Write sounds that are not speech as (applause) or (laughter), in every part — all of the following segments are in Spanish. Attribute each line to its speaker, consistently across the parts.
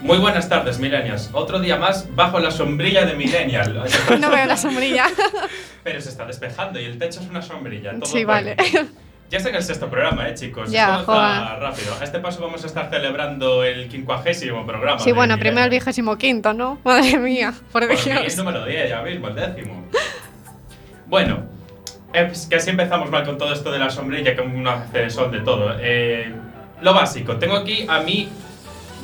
Speaker 1: Muy buenas tardes, millennials. Otro día más bajo la sombrilla de millennial.
Speaker 2: (laughs) No veo
Speaker 1: (laughs)
Speaker 2: la sombrilla.
Speaker 1: Pero se está despejando y el techo es una sombrilla. todo
Speaker 2: Sí,
Speaker 1: bueno.
Speaker 2: vale.
Speaker 1: (laughs) Ya está en el sexto programa, eh, chicos.
Speaker 2: Ya,
Speaker 1: Esto avanza
Speaker 2: joa.
Speaker 1: rápido. A este paso vamos a estar celebrando el quincuagésimo programa.
Speaker 2: Sí,
Speaker 1: de
Speaker 2: bueno,
Speaker 1: Millennial.
Speaker 2: primero el vigésimo quinto, ¿no? (laughs) Madre mía, por
Speaker 1: Porque es
Speaker 2: Dios.
Speaker 1: número 10, ya mismo, el décimo. Bueno, es que así empezamos mal con todo esto de la sombrilla, que un accesor de todo. Eh, lo básico, tengo aquí a mi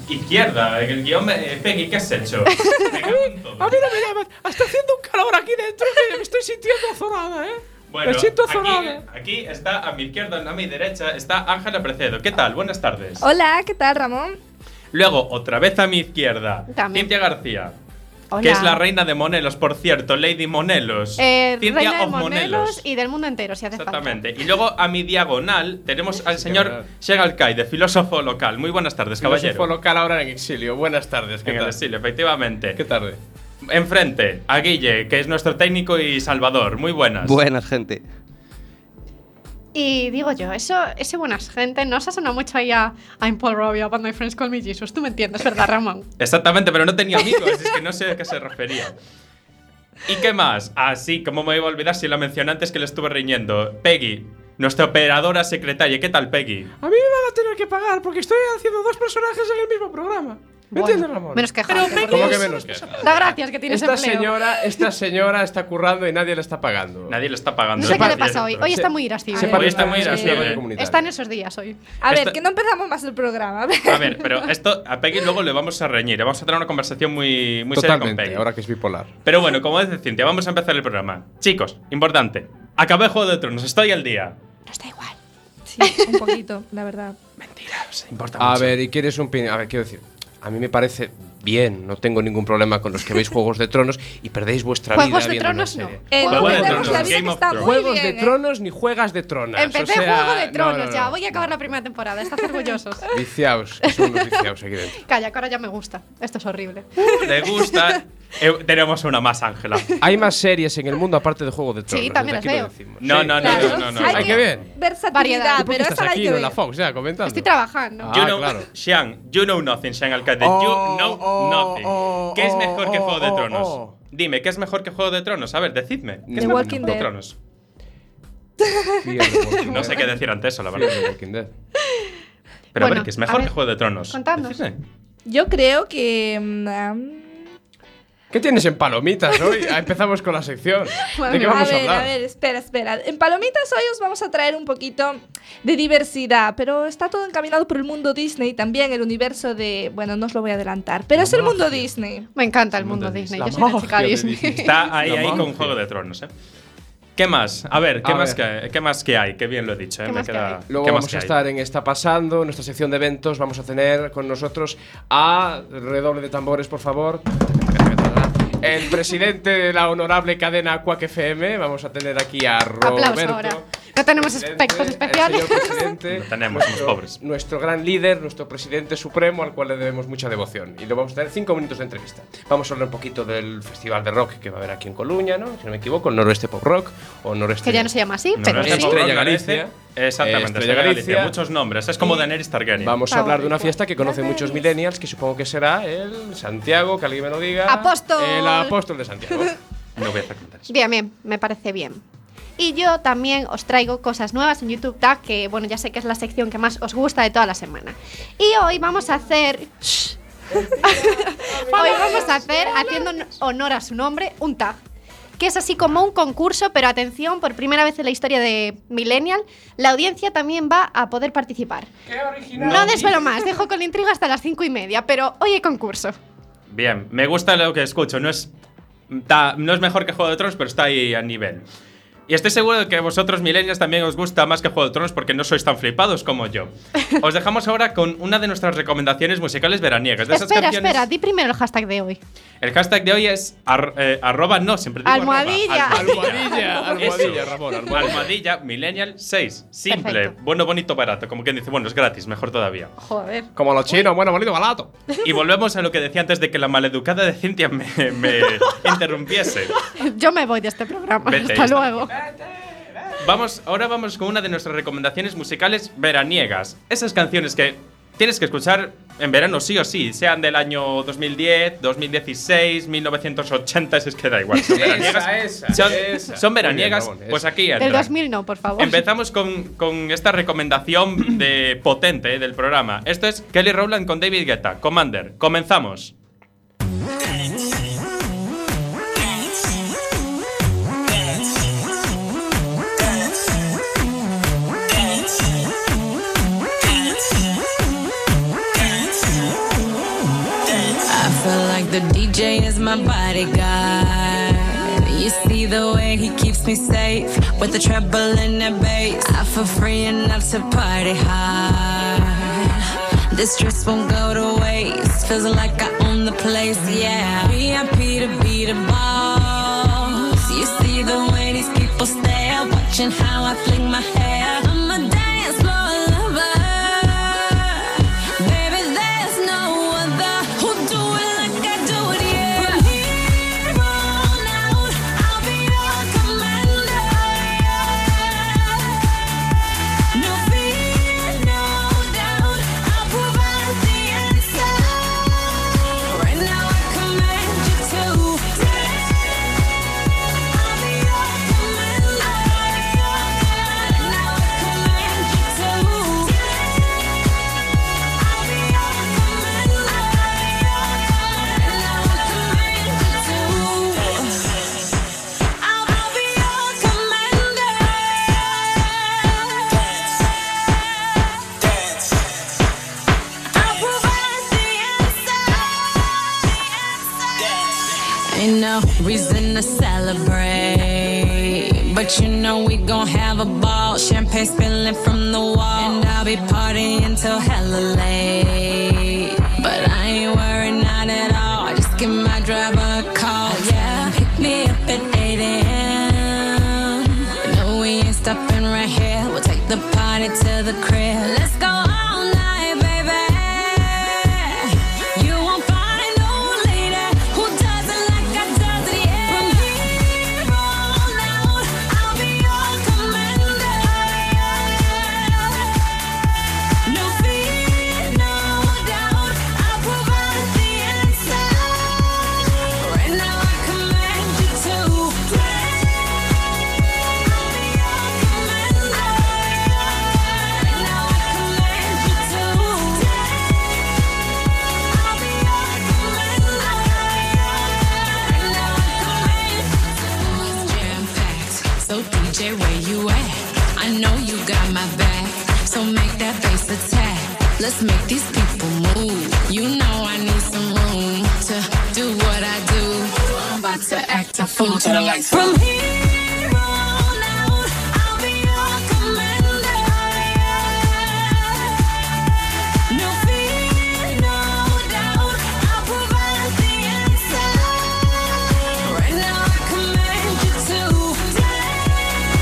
Speaker 1: izquierda, en el guión. eh, Peggy, ¿qué has
Speaker 3: (laughs)
Speaker 1: hecho? Me cago en todo.
Speaker 3: A mí no me llamas. Está haciendo un calor aquí dentro que me estoy sintiendo azorada, ¿eh?
Speaker 1: Bueno,
Speaker 3: me siento
Speaker 1: aquí,
Speaker 3: azorada.
Speaker 1: aquí está a mi izquierda, a mi derecha, está Ángela Precedo. ¿Qué tal? Buenas tardes.
Speaker 4: Hola, ¿qué tal, Ramón?
Speaker 1: Luego, otra vez a mi izquierda,
Speaker 2: También.
Speaker 1: Cintia García,
Speaker 2: Hola.
Speaker 1: que es la reina de Monelos, por cierto, Lady Monelos.
Speaker 2: Eh,
Speaker 1: Cintia
Speaker 2: reina de
Speaker 1: of
Speaker 2: Monelos y del mundo entero, si hace falta.
Speaker 1: Exactamente. Y luego a mi diagonal tenemos al señor
Speaker 5: verdad.
Speaker 1: Shegal Kaide, filósofo local. Muy buenas tardes,
Speaker 5: Filósofo
Speaker 1: caballero.
Speaker 5: local ahora en exilio. Buenas tardes, ¿qué
Speaker 1: En el
Speaker 5: tal?
Speaker 1: exilio, efectivamente.
Speaker 5: ¿Qué tarde?
Speaker 1: Enfrente, a Guille, que es nuestro técnico y salvador. Muy buenas.
Speaker 6: Buenas, gente.
Speaker 2: Y digo yo, eso, ese buenas gente, no se ha sonado mucho ahí a I'm Paul Robbie, but my friends call me Jesus. Tú me entiendes, ¿verdad,
Speaker 5: (laughs)
Speaker 2: Ramón?
Speaker 1: Exactamente, pero no tenía amigos, es que no sé a qué se refería. ¿Y qué más? Así, como me iba a olvidar si la mencioné antes que le estuve riñendo. Peggy, nuestra operadora secretaria. ¿Qué tal, Peggy?
Speaker 3: A mí me van a tener que pagar porque estoy haciendo dos personajes en el mismo programa. ¿Me
Speaker 2: Bueno,
Speaker 3: entiendes, Ramón?
Speaker 2: Menos que Pero
Speaker 5: ¿Cómo que menos que?
Speaker 2: Da gracias que tienes
Speaker 5: Esta
Speaker 2: empleo.
Speaker 5: señora, esta señora está currando y nadie le está pagando.
Speaker 1: Nadie le está pagando.
Speaker 2: No sé
Speaker 1: Se
Speaker 2: qué le
Speaker 1: parece-
Speaker 2: pasa hoy. Hoy está muy irascible.
Speaker 5: Se
Speaker 2: Hoy
Speaker 5: parece
Speaker 1: está muy eh.
Speaker 5: a una
Speaker 1: irascible.
Speaker 5: radio comunitaria.
Speaker 2: Está en esos días hoy.
Speaker 4: A ver,
Speaker 1: Esto-
Speaker 4: que no empezamos más el programa. (laughs)
Speaker 1: A ver, pero esto a Peggy luego le vamos a reñir. Vamos a tener una conversación muy, muy seria con Peggy.
Speaker 5: Totalmente, ahora que es bipolar.
Speaker 1: Pero bueno, como dice Cintia, vamos a empezar el programa. Chicos, importante. Acabé Juego de Tronos, estoy al día.
Speaker 4: Nos da igual. Sí, un poquito, la verdad.
Speaker 1: Importa
Speaker 5: A
Speaker 1: mucho.
Speaker 5: ver, ¿y quieres un pin? A ver, quiero decir, a mí me parece bien, no tengo ningún problema con los que veis Juegos de Tronos y perdéis vuestra vida
Speaker 2: Juegos de
Speaker 5: viendo una
Speaker 2: Tronos no.
Speaker 5: serie.
Speaker 4: Eh,
Speaker 2: Juego
Speaker 4: no
Speaker 2: de
Speaker 4: perdamos la
Speaker 2: Tronos.
Speaker 4: vida
Speaker 1: Game
Speaker 4: que
Speaker 1: of
Speaker 4: está muy
Speaker 1: Thrones.
Speaker 5: Juegos
Speaker 4: bien,
Speaker 5: de
Speaker 4: eh.
Speaker 5: Tronos ni juegas de tronas.
Speaker 2: Empecé
Speaker 5: o sea,
Speaker 2: Juego de
Speaker 5: no,
Speaker 2: Tronos
Speaker 5: no, no.
Speaker 2: ya. Voy a acabar la primera temporada. Estás
Speaker 5: (laughs)
Speaker 2: orgullosos.
Speaker 5: Viciaos, que son unos viciaos aquí dentro.
Speaker 2: Calla, que ahora ya me gusta. Esto es horrible.
Speaker 1: ¿Te gusta? Eh, tenemos una más, Ángela.
Speaker 5: Hay más series en el mundo aparte de Juego de Tronos.
Speaker 2: también
Speaker 5: desde
Speaker 2: las
Speaker 5: aquí lo
Speaker 2: veo.
Speaker 5: decimos.
Speaker 1: No, no, no,
Speaker 4: Claro,
Speaker 1: no, no, no.
Speaker 4: hay
Speaker 5: Hay que ver.
Speaker 2: Variedad.
Speaker 4: Versatilidad,
Speaker 2: ¿Por
Speaker 4: pero
Speaker 5: estás
Speaker 4: esa la hay
Speaker 5: aquí
Speaker 4: que
Speaker 5: no
Speaker 4: ver.
Speaker 5: en la Fox ya comentando?
Speaker 2: Estoy trabajando.
Speaker 5: Ah,
Speaker 1: You know, (laughs)
Speaker 5: claro.
Speaker 1: Sean, you know nothing, Sean Alcalde. you
Speaker 3: Oh,
Speaker 1: know
Speaker 3: oh,
Speaker 1: nothing.
Speaker 3: oh,
Speaker 1: ¿Qué es
Speaker 3: oh,
Speaker 1: mejor que
Speaker 3: oh,
Speaker 1: Juego de
Speaker 3: oh,
Speaker 1: Tronos?
Speaker 3: oh.
Speaker 1: Dime, ¿qué es mejor que Juego de Tronos? A ver, decidme. ¿Qué es
Speaker 4: The
Speaker 1: mejor
Speaker 4: Walking
Speaker 1: que Juego de
Speaker 4: Dead.
Speaker 1: Tronos?
Speaker 5: Fear the Walking
Speaker 1: No sé
Speaker 5: Dead.
Speaker 1: qué decir ante eso, la
Speaker 5: Fear
Speaker 1: verdad.
Speaker 5: the Walking Dead.
Speaker 1: Pero a
Speaker 2: Bueno,
Speaker 1: ver, ¿qué es
Speaker 2: a
Speaker 1: mejor
Speaker 2: ver,
Speaker 1: que Juego de Tronos?
Speaker 2: contadnos.
Speaker 1: Decidme.
Speaker 4: Yo creo que. mm,
Speaker 5: ¿Qué tienes en palomitas hoy? Ah, Empezamos con la sección. ¿De qué
Speaker 4: a
Speaker 5: vamos a
Speaker 4: ver, a,
Speaker 5: hablar?
Speaker 4: ver, espera, espera. En Palomitas hoy os vamos a traer un poquito de diversidad, pero está todo encaminado por el mundo Disney, también el universo de. Bueno, no os lo voy a adelantar, pero es el mundo Disney.
Speaker 2: Me encanta el mundo
Speaker 5: mundo Disney.
Speaker 2: Disney.
Speaker 5: La
Speaker 2: Yo soy una chica
Speaker 5: magia de
Speaker 2: Disney. (laughs)
Speaker 5: Disney.
Speaker 1: Está ahí,
Speaker 5: La
Speaker 1: ahí con
Speaker 5: magia.
Speaker 1: Juego de Tronos, ¿eh? ¿Qué más? A ver, ¿qué,
Speaker 5: A
Speaker 1: más,
Speaker 5: ver.
Speaker 1: Que, ¿qué más que hay? Qué bien lo he dicho, ¿eh?
Speaker 2: ¿Qué
Speaker 1: Me
Speaker 2: más que
Speaker 1: queda-
Speaker 2: hay?
Speaker 5: Luego
Speaker 1: ¿qué más
Speaker 5: vamos
Speaker 1: que
Speaker 5: a
Speaker 1: hay?
Speaker 5: estar en Está Pasando, en nuestra sección de eventos. Vamos a tener con nosotros a redoble de tambores, por favor. El presidente de la honorable cadena Quack FM. Vamos a tener aquí a Roberto.
Speaker 2: Aplausos ahora. No tenemos efectos especiales.
Speaker 5: El señor presidente,
Speaker 1: No tenemos, somos
Speaker 5: nuestro-
Speaker 1: pobres.
Speaker 5: Nuestro gran líder, nuestro presidente supremo, al cual le debemos mucha devoción. Y lo vamos a tener cinco minutos de entrevista. Vamos a hablar un poquito del festival de rock que va a haber aquí en Coluña, ¿no? Si no me equivoco, el noroeste pop rock o noroeste.
Speaker 2: Que ya no se llama así,
Speaker 1: No,
Speaker 2: pero
Speaker 1: no,
Speaker 2: sí.
Speaker 1: este
Speaker 5: Estrella
Speaker 1: Pokémon
Speaker 5: Galicia.
Speaker 1: Galicia. Exactamente,
Speaker 5: Estrella
Speaker 1: Estrella Galicia.
Speaker 5: Galicia.
Speaker 1: Muchos nombres. Es como Daenerys Targaryen.
Speaker 5: Vamos a hablar de una
Speaker 2: Favorito.
Speaker 5: fiesta que conocen muchos millennials, que supongo que será el Santiago, que alguien me lo diga.
Speaker 2: Apóstol.
Speaker 5: El apóstol de Santiago.
Speaker 1: No voy a hacer comentarios.
Speaker 2: Bien, bien, me parece bien. Y yo también os traigo cosas nuevas en YouTube Tag, que bueno, ya sé que es la sección que más os gusta de toda la semana. Y hoy vamos a hacer. Shh. (laughs) hoy vamos a hacer, haciendo honor a su nombre, un tag. Que es así como un concurso, pero atención, por primera vez en la historia de Millennial, la audiencia también va a poder participar. No desvelo más, dejo con la intriga hasta las cinco y media, pero hoy hay concurso.
Speaker 1: Bien, me gusta lo que escucho. No es, ta- no es mejor que Juego de Tronos, pero está ahí a nivel. Y estoy seguro de que a vosotros, millennials, también os gusta más que Juego de Tronos porque no sois tan flipados como
Speaker 2: (laughs)
Speaker 1: yo. Os dejamos ahora con una de nuestras recomendaciones musicales veraniegas. De esas
Speaker 2: Espera,
Speaker 1: canciones-
Speaker 2: espera, di primero el hashtag de hoy.
Speaker 1: El hashtag de hoy es ar- eh, arroba no, siempre digo arroba.
Speaker 2: Almohadilla.
Speaker 5: Almohadilla,
Speaker 1: (laughs)
Speaker 5: almohadilla,
Speaker 1: Eso.
Speaker 5: Ramón, almohadilla.
Speaker 1: Almohadilla, Millennial 6. Simple,
Speaker 2: Perfecto.
Speaker 1: bueno, bonito, barato. Como quien dice, bueno, es gratis, mejor todavía.
Speaker 2: Joder.
Speaker 5: Como los chinos, bueno, bonito, barato.
Speaker 1: Y volvemos a lo que decía antes de que la maleducada de Cintia me,
Speaker 2: (laughs)
Speaker 1: me interrumpiese.
Speaker 2: Yo me voy de este programa.
Speaker 1: Vete,
Speaker 2: Hasta
Speaker 1: ya está.
Speaker 2: luego.
Speaker 1: Vamos, ahora vamos con una de nuestras recomendaciones musicales veraniegas. Esas canciones que tienes que escuchar en verano sí o sí, sean del año 2010, 2016, 1980, si es que da igual. Son veraniegas.
Speaker 5: Esa, esa,
Speaker 1: son,
Speaker 5: esa.
Speaker 1: son veraniegas,
Speaker 5: Muy bien, Ramón,
Speaker 1: pues
Speaker 5: esa.
Speaker 1: aquí
Speaker 2: Del
Speaker 1: entran.
Speaker 2: 2000 no, por favor.
Speaker 1: Empezamos con, con esta recomendación
Speaker 4: (clears throat)
Speaker 1: de potente eh, del programa. Esto es Kelly Rowland con David Guetta, Commander. Comenzamos.
Speaker 6: I feel like the DJ is my bodyguard. You see the way he keeps me safe with the treble and the bass. I feel free enough to party hard. This stress won't go to waste. Feels like I own the place, yeah. VIP to be the boss. You see the way these people stare, watching how I fling my hair. I'm a dance floor lover. Baby, there's no other who do it like I do it, yeah. From here on out, I'll be your commander, yeah. No fear, no doubt, I'll provide the answer. Right now, I command you to dance. I'll be your commander, yeah. Now I command you to dance. I'll be your commander, and I will command you to. I'll be your commander. Dance, dance. I'll provide the answer. Ain't no reason to celebrate, but you know we gon' have a ball. Champagne spilling from the wall, and I'll be partying till hella late. But I ain't worried, not at all. I just give my driver a call. Yeah, pick me up at 8 a.m. No, we ain't stopping right here. We'll take the party to the crib. Let's go all night, baby. You won't find no lady who does it like I does it. Yeah. From here on out, I'll be your commander. No fear, no doubt. I'll provide the answer. Right now, I command you to I'll be your commander. Right now, I command you to I'll be your commander. Right now, I command you to jam-packed. So DJ, where you at? I know you got my back, so make that bass attack. Let's make these people move. You know I need some room to do what I do. I'm about to act a fool to the lights. From here on out, I'll be your commander. No fear, no doubt. I'll provide the answer. Right now, I command you to dance.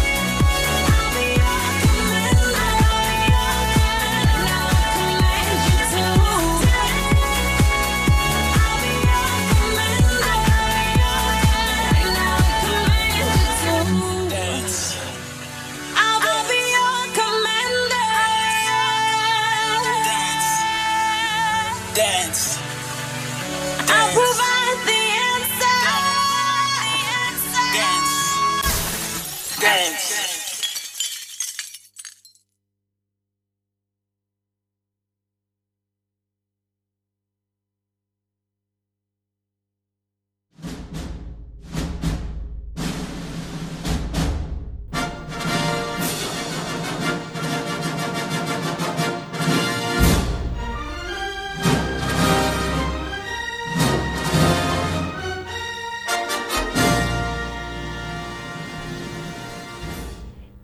Speaker 6: I'll be your commander. Right now, I command you to dance. I'll be your commander. Right now, I command you to dance. I'll be your commander. Dance. Dance. I'll provide the answer. Dance. Dance.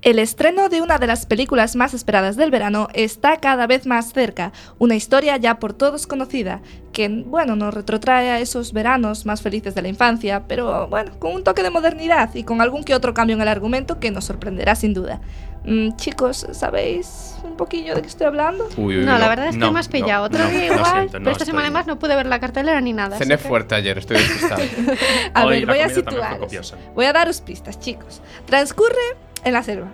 Speaker 4: El estreno de una de las películas más esperadas del verano está cada vez más cerca, una historia ya por todos conocida, que, bueno, nos retrotrae a esos veranos más felices de la infancia, pero bueno, con un toque de modernidad y con algún que otro cambio en el argumento que nos sorprenderá sin duda. Mm, chicos, ¿sabéis un poquillo de qué estoy hablando?
Speaker 5: Uy, uy,
Speaker 2: No, la verdad es que
Speaker 1: No,
Speaker 2: me has pillado.
Speaker 1: no,
Speaker 2: Otro
Speaker 1: no,
Speaker 2: día
Speaker 1: lo
Speaker 2: igual,
Speaker 1: siento, no
Speaker 2: pero esta
Speaker 1: estoy-
Speaker 2: semana además no pude ver la cartelera ni nada. así
Speaker 5: Cené
Speaker 2: que-
Speaker 5: fuerte ayer, estoy
Speaker 2: (laughs)
Speaker 5: despistado.
Speaker 4: A
Speaker 1: Hoy
Speaker 4: ver,
Speaker 1: la comida
Speaker 4: voy a
Speaker 1: también fue
Speaker 4: situaros.
Speaker 1: copiosa.
Speaker 4: Voy a daros pistas, chicos. Transcurre en la selva.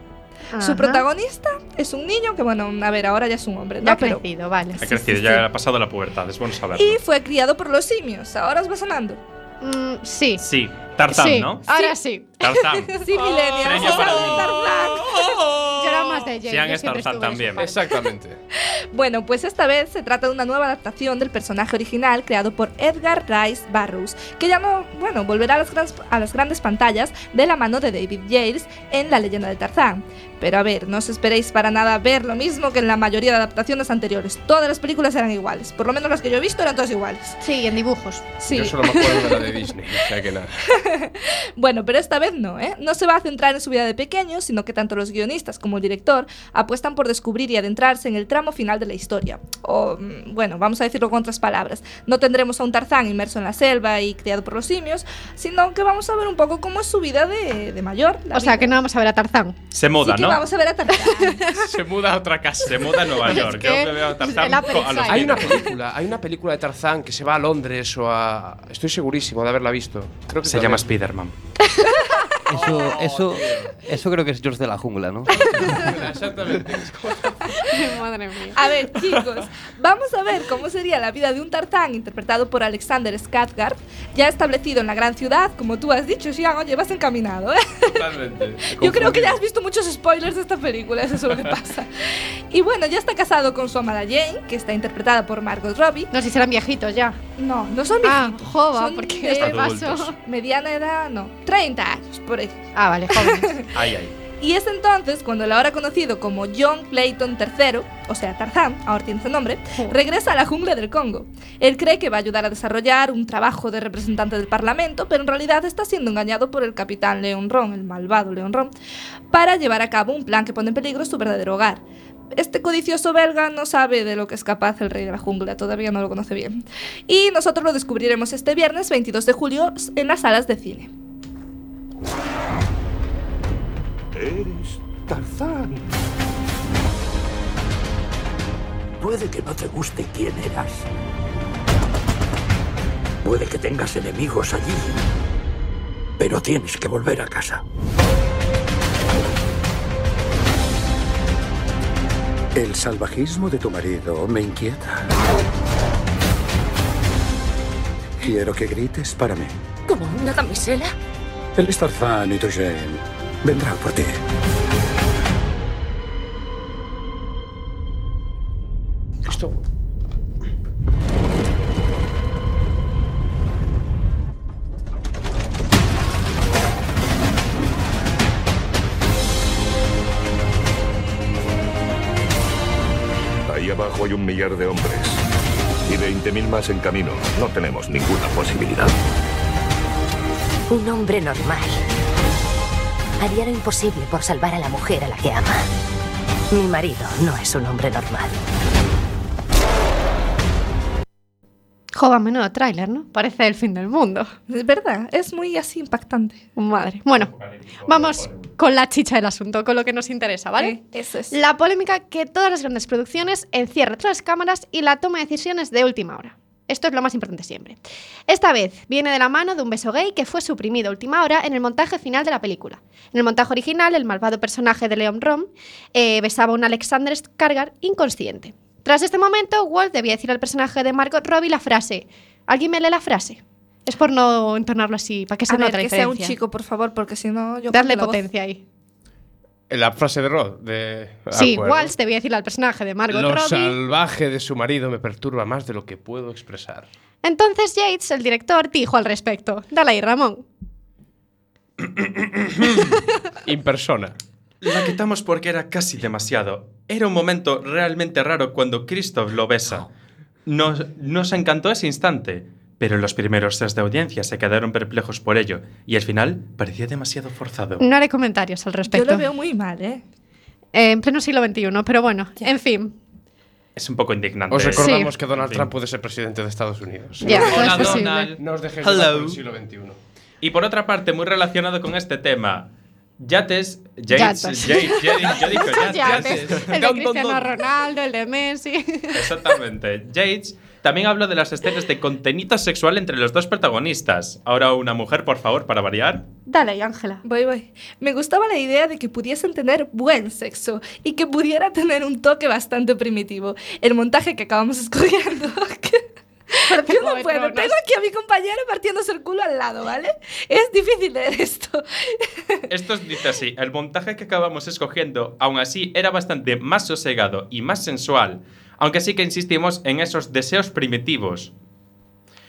Speaker 4: Su
Speaker 2: Ajá.
Speaker 4: protagonista es un niño que, bueno, a ver, ahora ya es un hombre, ¿no?
Speaker 2: Ya ha
Speaker 4: Pero-
Speaker 2: crecido, vale.
Speaker 1: Ha crecido,
Speaker 4: sí,
Speaker 1: ya
Speaker 4: sí.
Speaker 1: ha pasado la pubertad, es bueno saberlo.
Speaker 4: y fue criado por los simios. Ahora os va sonando.
Speaker 2: Mm, sí.
Speaker 1: Sí, Tarzán,
Speaker 2: sí.
Speaker 1: ¿no?
Speaker 2: Ahora sí.
Speaker 1: Tarzán.
Speaker 4: (laughs) Sí, millennials.
Speaker 1: Ah. Premio
Speaker 4: es
Speaker 1: para
Speaker 4: algo
Speaker 1: mí.
Speaker 4: Tarzán.
Speaker 1: (laughs)
Speaker 2: Lloramos de Jane.
Speaker 1: Sean
Speaker 2: yo siempre
Speaker 1: Tarzán
Speaker 2: estuve en esa
Speaker 1: también.
Speaker 2: parte.
Speaker 5: Exactamente.
Speaker 4: Bueno, pues esta vez se trata de una nueva adaptación del personaje original creado por Edgar Rice Burroughs, que ya no, bueno, volverá a las, gran- a las grandes pantallas de la mano de David Yates en La leyenda de Tarzán. Pero a ver, no os esperéis para nada ver lo mismo que en la mayoría de adaptaciones anteriores. Todas las películas eran iguales, por lo menos las que yo he visto eran todas iguales.
Speaker 2: Sí, en dibujos.
Speaker 4: Sí.
Speaker 5: Yo solo me acuerdo de la de Disney, o sea que nada.
Speaker 4: Bueno, pero esta vez no, ¿eh? No se va a centrar en su vida de pequeño, sino que tanto los guionistas como el director apuestan por descubrir y adentrarse en el tramo final de la historia. O, mm, bueno, vamos a decirlo con otras palabras, no tendremos a un Tarzán inmerso en la selva y criado por los simios, sino que vamos a ver un poco cómo es su vida de, de mayor. la
Speaker 2: O sea,
Speaker 4: vida.
Speaker 2: que no vamos a ver a Tarzán.
Speaker 1: Se
Speaker 4: Sí
Speaker 1: muda,
Speaker 4: que
Speaker 1: ¿no?
Speaker 4: vamos a ver a Tarzán.
Speaker 5: (laughs) Se muda a otra casa.
Speaker 1: Se muda a Nueva
Speaker 2: Es
Speaker 1: York.
Speaker 2: que
Speaker 1: Yo me veo a Tarzán
Speaker 2: el Upper
Speaker 1: co- a los
Speaker 2: East Side.
Speaker 1: pies.
Speaker 5: Hay una película, hay una película de Tarzán que se va a Londres o a estoy segurísimo de haberla visto. (laughs) Creo que
Speaker 1: Se
Speaker 5: todavía-
Speaker 1: llama Spiderman.
Speaker 7: Eso, eso, eso creo que es George de la jungla, ¿no?
Speaker 5: (laughs) Exactamente.
Speaker 2: Madre mía.
Speaker 4: a ver, chicos, vamos a ver cómo sería la vida de un Tarzán interpretado por Alexander Skarsgård, ya establecido en la gran ciudad, como tú has dicho, Xiang, oye, vas encaminado, ¿eh?
Speaker 5: Totalmente.
Speaker 4: Yo creo que ya has visto muchos spoilers de esta película, eso
Speaker 2: (laughs)
Speaker 4: es lo que pasa. Y bueno, ya está casado con su amada Jane, que está interpretada por Margot Robbie.
Speaker 2: No sé si serán viejitos ya.
Speaker 4: No, no son
Speaker 2: Ah,
Speaker 4: viejitos,
Speaker 2: jova,
Speaker 4: son
Speaker 2: porque
Speaker 4: de
Speaker 2: este
Speaker 1: Adultos.
Speaker 2: paso.
Speaker 4: mediana edad, no, 30 años, por ahí.
Speaker 2: Ah, vale,
Speaker 4: (laughs)
Speaker 2: jóvenes.
Speaker 1: Ay, ay.
Speaker 4: Y es entonces cuando el ahora conocido como John Clayton III, o sea Tarzán, ahora tiene ese nombre,
Speaker 2: Joder.
Speaker 4: regresa a la jungla del Congo. Él cree que va a ayudar a desarrollar un trabajo de representante del Parlamento, pero en realidad está siendo engañado por el capitán León Ron, el malvado León Ron, para llevar a cabo un plan que pone en peligro su verdadero hogar. Este codicioso belga no sabe de lo que es capaz el rey de la jungla, todavía no lo conoce bien. Y nosotros lo descubriremos este viernes 22 de julio en las salas de cine.
Speaker 8: Eres Tarzán. Puede que no te guste quién eras. Puede que tengas enemigos allí. Pero tienes que volver a casa. El salvajismo de tu marido me inquieta. Quiero que grites para mí.
Speaker 9: ¿Como una damisela?
Speaker 8: El es Tarzán y tu Jane vendrán por ti.
Speaker 5: Esto
Speaker 10: Ahí abajo hay un millar de hombres. Y 20.000 más en camino. No tenemos ninguna posibilidad.
Speaker 9: Un hombre normal. Haría lo imposible por salvar a la mujer a la que ama. Mi marido no es un hombre normal.
Speaker 2: Jova, menudo tráiler, ¿no? Parece el fin del mundo.
Speaker 4: Es verdad, es muy así impactante.
Speaker 2: Madre. Bueno, vamos con la chicha del asunto, con lo que nos interesa, ¿vale?
Speaker 4: ¿Eh? Eso es.
Speaker 2: La polémica que todas las grandes producciones encierra tras cámaras y la toma de decisiones de última hora. Esto es lo más importante siempre. Esta vez viene de la mano de un beso gay que fue suprimido a última hora en el montaje final de la película. En el montaje original, el malvado personaje de Leon Rom eh, besaba a un Alexander Skarsgård inconsciente. Tras este momento, Walt debía decir al personaje de Margot Robbie la frase. ¿Alguien me lee la frase? Es por no entonarlo así, para que se
Speaker 4: a ver,
Speaker 2: note
Speaker 4: que
Speaker 2: la
Speaker 4: sea un
Speaker 2: diferencia.
Speaker 4: chico, por favor, porque si no yo
Speaker 2: Darle
Speaker 4: cambio la voz.
Speaker 2: potencia ahí.
Speaker 5: la frase de Rod de
Speaker 2: Sí,
Speaker 5: acuerdo.
Speaker 2: Walsh debía decirle al personaje de Margot
Speaker 5: Lo
Speaker 2: Robbie.
Speaker 5: salvaje de su marido me perturba más de lo que puedo expresar.
Speaker 2: Entonces Yates, el director, dijo al respecto. Dale ahí, Ramón.
Speaker 5: In persona.
Speaker 1: La quitamos porque era casi demasiado. Era un momento realmente raro cuando Christoph lo besa. Nos, nos encantó ese instante, pero los primeros test de audiencia se quedaron perplejos por ello y al final parecía demasiado forzado.
Speaker 2: No haré comentarios al
Speaker 4: Yo
Speaker 2: respecto.
Speaker 4: lo veo muy mal, ¿eh?
Speaker 2: Eh, en pleno siglo XXI, pero bueno, en fin.
Speaker 1: Es un poco indignante.
Speaker 5: Os recordamos
Speaker 2: Sí.
Speaker 5: que Donald
Speaker 1: Sí.
Speaker 5: Trump puede ser presidente de Estados Unidos.
Speaker 2: Ya,
Speaker 5: No-
Speaker 2: no es
Speaker 1: Hola,
Speaker 2: posible.
Speaker 1: Donald.
Speaker 5: No os dejéis
Speaker 1: Hello.
Speaker 5: llevar por el siglo XXI.
Speaker 1: Y por otra parte, muy relacionado con este tema, Yates. Yates.
Speaker 2: Yates.
Speaker 1: Yates. (laughs) Yates, yo digo Yates.
Speaker 2: Yates, el de
Speaker 1: Don, don,
Speaker 2: Cristiano
Speaker 1: don.
Speaker 2: Ronaldo, el de Messi. (laughs)
Speaker 1: Exactamente. Yates También habla de las escenas de contenido sexual entre los dos protagonistas. Ahora una mujer, por favor, para variar.
Speaker 2: Dale, Ángela.
Speaker 4: Voy, voy. Me gustaba la idea de que pudiesen tener buen sexo y que pudiera tener un toque bastante primitivo. El montaje que acabamos (laughs) escogiendo. que- Yo no
Speaker 2: de
Speaker 4: puedo.
Speaker 2: Tronos.
Speaker 4: Tengo aquí a mi compañero partiéndose el culo al lado, ¿vale? Es difícil leer esto.
Speaker 1: Esto dice así, el montaje que acabamos escogiendo, aún así, era bastante más sosegado y más sensual, aunque sí que insistimos en esos deseos primitivos.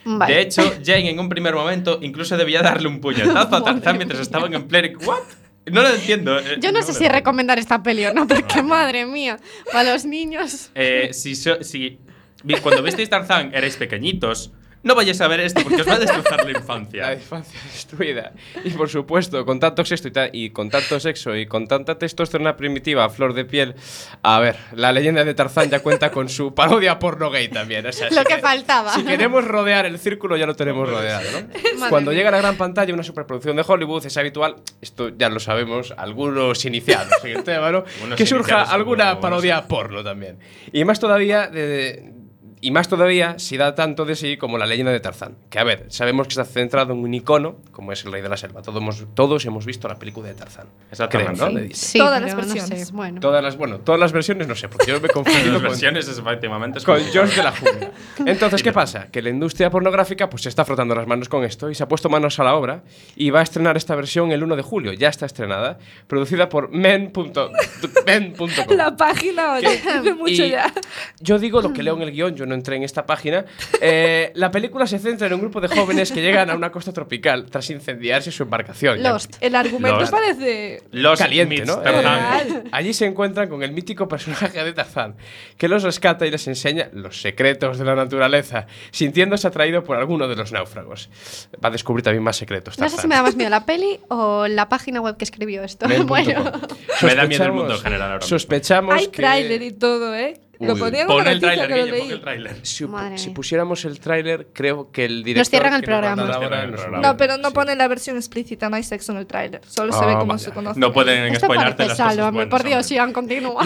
Speaker 2: Vale.
Speaker 1: De hecho, Jane en un primer momento incluso debía darle un puñetazo
Speaker 2: (laughs)
Speaker 1: a Tarzán mientras estaban en pleno... ¿What? No lo entiendo. eh,
Speaker 2: Yo no,
Speaker 1: lo
Speaker 2: sé si
Speaker 1: entiendo.
Speaker 2: recomendar esta peli o no, porque madre mía, para los niños.
Speaker 1: Eh, si, so- si vi- cuando visteis Tarzán erais pequeñitos, no vayáis a ver esto porque os va a destrozar la
Speaker 5: La
Speaker 1: infancia.
Speaker 5: infancia (laughs) destruida. Y por supuesto, con tanto sexo y, ta- y con tanto sexo y con tanta testosterona primitiva, a flor de piel. A ver, la leyenda de Tarzán ya cuenta con su parodia porno gay también. o sea,
Speaker 2: Lo
Speaker 5: si
Speaker 2: que
Speaker 5: que-
Speaker 2: faltaba. (laughs)
Speaker 5: Si queremos rodear el círculo, ya lo tenemos rodeado, ¿no?
Speaker 2: Madre
Speaker 5: Cuando
Speaker 2: mía.
Speaker 5: llega la gran pantalla, una superproducción de Hollywood, es habitual, esto ya lo sabemos, algunos iniciados en el tema, ¿no?
Speaker 1: (laughs) Algunos
Speaker 5: que surja
Speaker 1: iniciados,
Speaker 5: alguna
Speaker 1: algunos-
Speaker 5: parodia porno también. Y más todavía, de- de- y más todavía, si da tanto de sí como la leyenda de Tarzán. Que a ver, sabemos que está centrado en un icono, como es el rey de la selva. Todos hemos, todos hemos visto la película de Tarzán.
Speaker 1: Exactamente.
Speaker 5: Creo, ¿no? De Disney.
Speaker 2: Sí,
Speaker 4: Todas las
Speaker 2: pero no
Speaker 4: versiones.
Speaker 2: sé, bueno.
Speaker 5: Todas las, bueno, todas las versiones, no sé, porque
Speaker 1: (laughs)
Speaker 5: yo me
Speaker 1: Las
Speaker 5: confundo con,
Speaker 1: versiones, efectivamente, es
Speaker 5: (laughs) con
Speaker 1: complicado.
Speaker 5: George de la Jungla. Entonces, ¿qué pasa? Que la industria pornográfica pues se está frotando las manos con esto y se ha puesto manos a la obra y va a estrenar esta versión el 1 de julio. Ya está estrenada, producida por men.com.
Speaker 4: (laughs) La
Speaker 2: (laughs)
Speaker 4: página, oye, tiene mucho
Speaker 5: Y
Speaker 4: ya.
Speaker 5: Yo digo lo que leo en el guión, yo no entré en esta página. Eh, la película se centra en un grupo de jóvenes que llegan a una costa tropical tras incendiarse su embarcación. Ya-
Speaker 2: Lost.
Speaker 4: El argumento
Speaker 1: Lost.
Speaker 4: parece.
Speaker 1: Los
Speaker 5: caliente,
Speaker 1: Mitch
Speaker 5: ¿no?
Speaker 1: Tarzán.
Speaker 5: Eh, allí se encuentran con el mítico personaje de Tarzán, que los rescata y les enseña los secretos de la naturaleza, sintiéndose atraído por alguno de los náufragos. Va a descubrir también más secretos.
Speaker 2: No
Speaker 5: Tarzán.
Speaker 2: sé si me da más miedo la peli o la página web que escribió esto. (laughs)
Speaker 5: Men.com.
Speaker 2: Bueno,
Speaker 1: Me da miedo el
Speaker 5: Sospechamos-
Speaker 1: mundo en general ahora mismo.
Speaker 5: Sospechamos
Speaker 4: Hay
Speaker 5: que-
Speaker 4: tráiler y todo, ¿eh? Lo
Speaker 5: Uy.
Speaker 4: ponían en
Speaker 1: Pon
Speaker 4: una
Speaker 1: el
Speaker 4: noticia
Speaker 1: tráiler,
Speaker 4: que lo
Speaker 1: Guille, pon
Speaker 4: leí.
Speaker 1: el tráiler.
Speaker 5: Si,
Speaker 2: Madre
Speaker 5: si
Speaker 2: mía.
Speaker 5: pusiéramos el tráiler, creo que el director...
Speaker 2: cierran el
Speaker 5: que nos va a dar
Speaker 2: programa.
Speaker 5: ahora
Speaker 1: Nos cierran el
Speaker 5: nos-
Speaker 1: programa.
Speaker 4: No, pero no
Speaker 5: Sí.
Speaker 4: ponen la versión explícita, no hay sexo en el tráiler. Solo se
Speaker 5: Ah,
Speaker 4: ve cómo
Speaker 5: vaya.
Speaker 4: se conoce.
Speaker 1: No pueden
Speaker 2: esto
Speaker 1: spoilarte
Speaker 2: parece
Speaker 1: las cosas
Speaker 2: Salo,
Speaker 1: buenas,
Speaker 2: por Dios,
Speaker 1: hombre.
Speaker 2: Ian, continúa.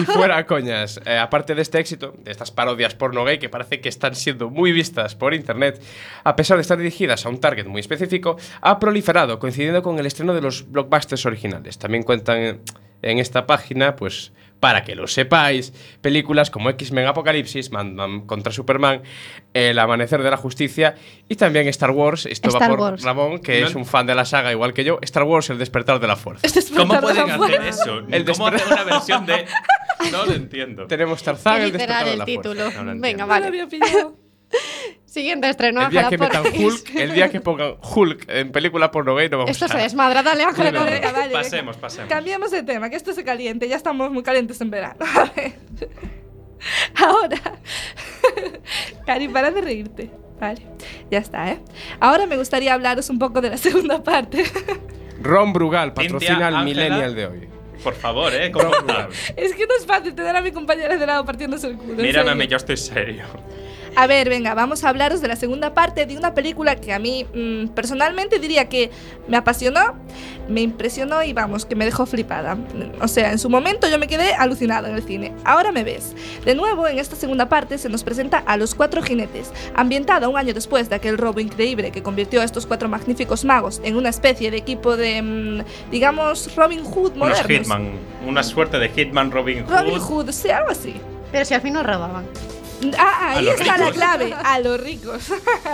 Speaker 1: (laughs)
Speaker 5: Y fuera coñas, eh, aparte de este éxito, de estas parodias porno gay que parece que están siendo muy vistas por internet, a pesar de estar dirigidas a un target muy específico, ha proliferado, coincidiendo con el estreno de los blockbusters originales. También cuentan en, en esta página, pues para que lo sepáis, películas como X-Men Apocalipsis, Batman contra Superman, El Amanecer de la Justicia y también Star Wars. Esto
Speaker 2: Star
Speaker 5: va por
Speaker 2: Wars.
Speaker 5: Ramón, que
Speaker 1: No-
Speaker 5: es un fan de la saga igual que yo. Star Wars, El Despertar de la Fuerza.
Speaker 2: (laughs)
Speaker 4: Es despertar
Speaker 1: ¿Cómo
Speaker 4: de la
Speaker 1: pueden hacer
Speaker 4: muerte.
Speaker 1: eso?
Speaker 5: El
Speaker 1: ¿Cómo
Speaker 5: despertar-
Speaker 1: hacer una versión
Speaker 5: (laughs)
Speaker 1: de.? No lo entiendo.
Speaker 5: Tenemos Tarzán,
Speaker 2: Qué
Speaker 5: El Despertar
Speaker 2: (laughs) literal
Speaker 5: de
Speaker 2: el
Speaker 5: la Fuerza.
Speaker 2: título.
Speaker 1: no lo
Speaker 2: Venga,
Speaker 1: entiendo.
Speaker 4: No lo
Speaker 2: vale.
Speaker 4: había pillado.
Speaker 2: Siguiente estreno,
Speaker 5: El día
Speaker 2: Ángela
Speaker 5: que metan
Speaker 2: Portis.
Speaker 5: Hulk, el día que pongan Hulk en película porno gay no vamos
Speaker 2: (laughs) Esto
Speaker 5: a...
Speaker 2: se desmadra, dale Ángela,
Speaker 5: Bueno.
Speaker 2: corre.
Speaker 4: Venga, vale, venga.
Speaker 1: Pasemos, pasemos.
Speaker 4: Cambiemos de tema, que esto se caliente. Ya estamos muy calientes en verano. (laughs) A ver. Ahora. (laughs) Cari, para de reírte. Vale, ya está, ¿eh? Ahora me gustaría hablaros un poco de la (laughs) segunda parte.
Speaker 5: Ron Brugal
Speaker 1: Cintia,
Speaker 5: patrocina al
Speaker 1: Ángela.
Speaker 5: millennial de hoy.
Speaker 1: Por favor, ¿eh? ¿Cómo
Speaker 5: No, no.
Speaker 1: tal?
Speaker 4: es que no es fácil tener a mi compañera de lado partiéndose el culo. en
Speaker 1: Mírame, a
Speaker 4: serio.
Speaker 1: mí, yo estoy serio.
Speaker 4: A ver, venga, vamos a hablaros de la segunda parte de una película que a mí mm, personalmente diría que me apasionó, me impresionó y vamos, que me dejó flipada. O sea, en su momento yo me quedé alucinada en el cine. Ahora me ves. De nuevo, en esta segunda parte se nos presenta a los cuatro jinetes, ambientada un año después de aquel robo increíble que convirtió a estos cuatro magníficos magos en una especie de equipo de, mm, digamos, Robin Hood
Speaker 1: Unos
Speaker 4: modernos.
Speaker 1: Hitman. Una suerte de Hitman Robin Hood.
Speaker 4: Robin Hood, sí, algo así.
Speaker 2: Pero si al fin nos robaban.
Speaker 4: Ah, ahí
Speaker 1: A los
Speaker 4: está la
Speaker 1: ricos.
Speaker 4: clave, a los ricos.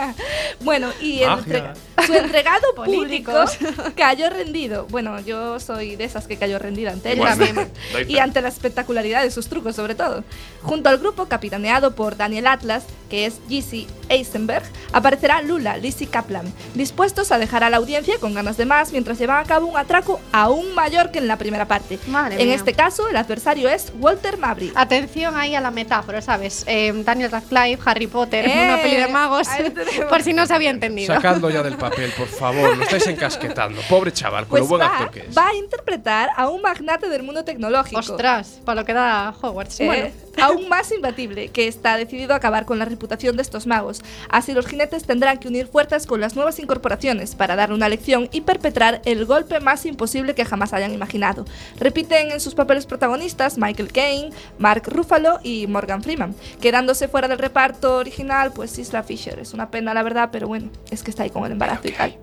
Speaker 4: (laughs) bueno, y el
Speaker 5: Magia.
Speaker 4: entre- su entregado público
Speaker 2: (laughs) Políticos.
Speaker 4: cayó rendido. Bueno, yo soy de esas que cayó rendida ante él.
Speaker 2: Yo
Speaker 1: Bueno,
Speaker 2: también.
Speaker 1: (laughs) doy fe.
Speaker 4: Y ante la espectacularidad de sus trucos, sobre todo. Junto al grupo capitaneado por Daniel Atlas, que es Jesse Eisenberg, aparecerá Lula, Lizzie Kaplan, dispuestos a dejar a la audiencia con ganas de más mientras llevan a cabo un atraco aún mayor que en la primera parte.
Speaker 2: Madre
Speaker 4: en
Speaker 2: mía.
Speaker 4: este caso, el adversario es Walter Mabry.
Speaker 2: Atención ahí a la metáfora, ¿sabes? Eh, Daniel Radcliffe, Harry Potter,
Speaker 4: Eh,
Speaker 2: una peli de magos.
Speaker 4: ahí lo tenemos.
Speaker 2: (laughs) Por si no se había entendido.
Speaker 5: Sacando ya del papel. papel, por favor. Lo estáis encasquetando. Pobre chaval, con
Speaker 4: Pues
Speaker 5: lo buen
Speaker 4: va,
Speaker 5: actor que es.
Speaker 4: va a interpretar a un magnate del mundo tecnológico.
Speaker 2: Ostras, para lo que da Hogwarts.
Speaker 4: Eh,
Speaker 2: Bueno.
Speaker 4: aún más imbatible, que está decidido a acabar con la reputación de estos magos. Así los jinetes tendrán que unir fuerzas con las nuevas incorporaciones para dar una lección y perpetrar el golpe más imposible que jamás hayan imaginado. Repiten en sus papeles protagonistas Michael Caine, Mark Ruffalo y Morgan Freeman, quedándose fuera del reparto original, pues Isla Fisher. Es una pena, la verdad, pero bueno, es que está ahí con el embarazo y tal.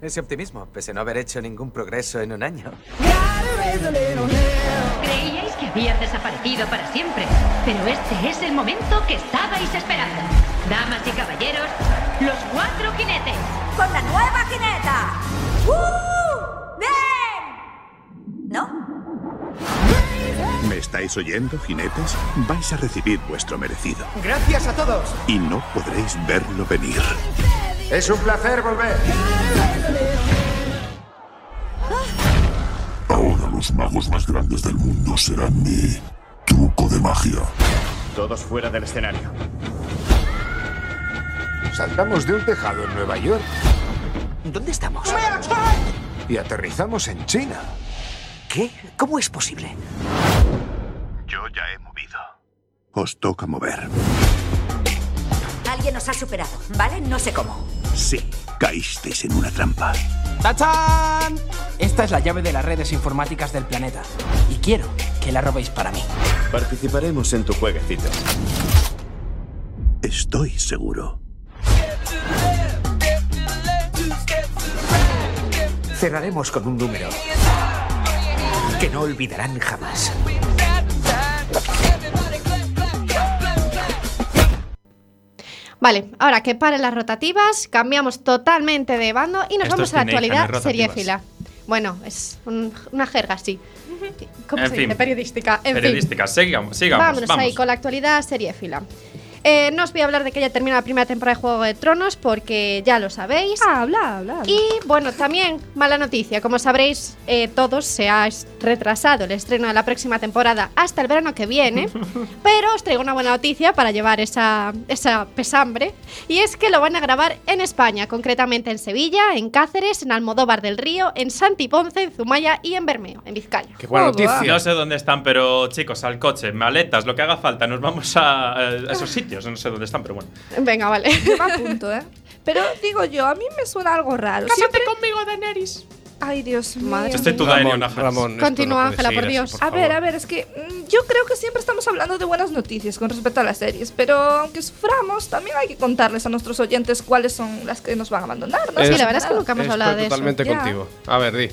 Speaker 11: Ese optimismo, pese a no haber hecho ningún progreso en un año.
Speaker 12: Creíais que habían desaparecido para siempre, pero este es el momento que estabais esperando. Damas y caballeros, los cuatro jinetes.
Speaker 13: (laughs) ¡Con la nueva jineta! ¡Uh! ¡Ven! ¿No?
Speaker 10: ¿Me estáis oyendo, jinetes? Vais a recibir vuestro merecido
Speaker 11: Gracias a todos.
Speaker 10: y no podréis verlo venir.
Speaker 11: Es un placer volver.
Speaker 14: Ahora los magos más grandes del mundo serán mi truco de magia.
Speaker 15: Todos fuera del escenario.
Speaker 16: Saltamos de un tejado en Nueva York
Speaker 11: ¿Dónde estamos?
Speaker 16: y aterrizamos en China.
Speaker 11: ¿Qué? ¿Cómo es posible?
Speaker 10: Yo ya he movido. Os toca mover.
Speaker 13: Alguien nos ha superado, ¿vale? No sé cómo.
Speaker 10: Sí, caísteis en una trampa.
Speaker 11: ¡Tachán! Esta es la llave de las redes informáticas del planeta. Y quiero que la robéis para mí.
Speaker 15: Participaremos en tu jueguecito.
Speaker 10: Estoy seguro.
Speaker 11: Cerraremos con un número que no olvidarán jamás.
Speaker 2: Vale, ahora que paren las rotativas, cambiamos totalmente de bando y nos
Speaker 1: Esto
Speaker 2: vamos
Speaker 1: es
Speaker 2: a la
Speaker 1: Disney,
Speaker 2: actualidad
Speaker 1: cambiar rotativas.
Speaker 2: seriéfila. Bueno, es un- una jerga así. ¿Cómo
Speaker 1: En
Speaker 2: se
Speaker 1: fin.
Speaker 2: dice? Periodística. En fin.
Speaker 1: Periodística, sigamos, sigamos.
Speaker 2: Vámonos
Speaker 1: vamos.
Speaker 2: ahí con la actualidad seriéfila. Eh, no os voy a hablar de que ya termina la primera temporada de Juego de Tronos porque ya lo sabéis.
Speaker 4: habla, habla.
Speaker 2: Y bueno, también mala noticia. Como sabréis eh, todos, se ha es- retrasado el estreno de la próxima temporada hasta el verano que viene. pero os traigo una buena noticia para llevar esa, esa pesambre. Y es que lo van a grabar en España, concretamente en Sevilla, en Cáceres, en Almodóvar del Río, en Santiponce, en Zumaya y en Bermeo, en Vizcaya.
Speaker 1: Qué
Speaker 4: Oh,
Speaker 5: buena noticia.
Speaker 1: No sé dónde están, pero chicos, al coche, maletas, lo que haga falta, nos vamos a, a esos sitios. No sé dóndónde están, pero bueno.
Speaker 2: Venga,
Speaker 4: (laughs)
Speaker 2: vale.
Speaker 4: Yo me apunto, ¿eh? Pero digo yo, a mí me suena algo raro.
Speaker 3: Cásate
Speaker 4: conmigo, Daenerys. Ay, Dios mío.
Speaker 1: Yo estoy tu Daniel Najas.
Speaker 4: Continúa, Ángela, por Dios. a ver, a
Speaker 1: ver.
Speaker 4: ver, es que mm, yo creo que siempre estamos hablando de buenas noticias con respecto a las series, pero aunque suframos, también hay que contarles a nuestros oyentes cuáles son las que nos van a abandonar. ¿no?
Speaker 5: Estoy totalmente
Speaker 4: Ya.
Speaker 5: contigo. A ver, di.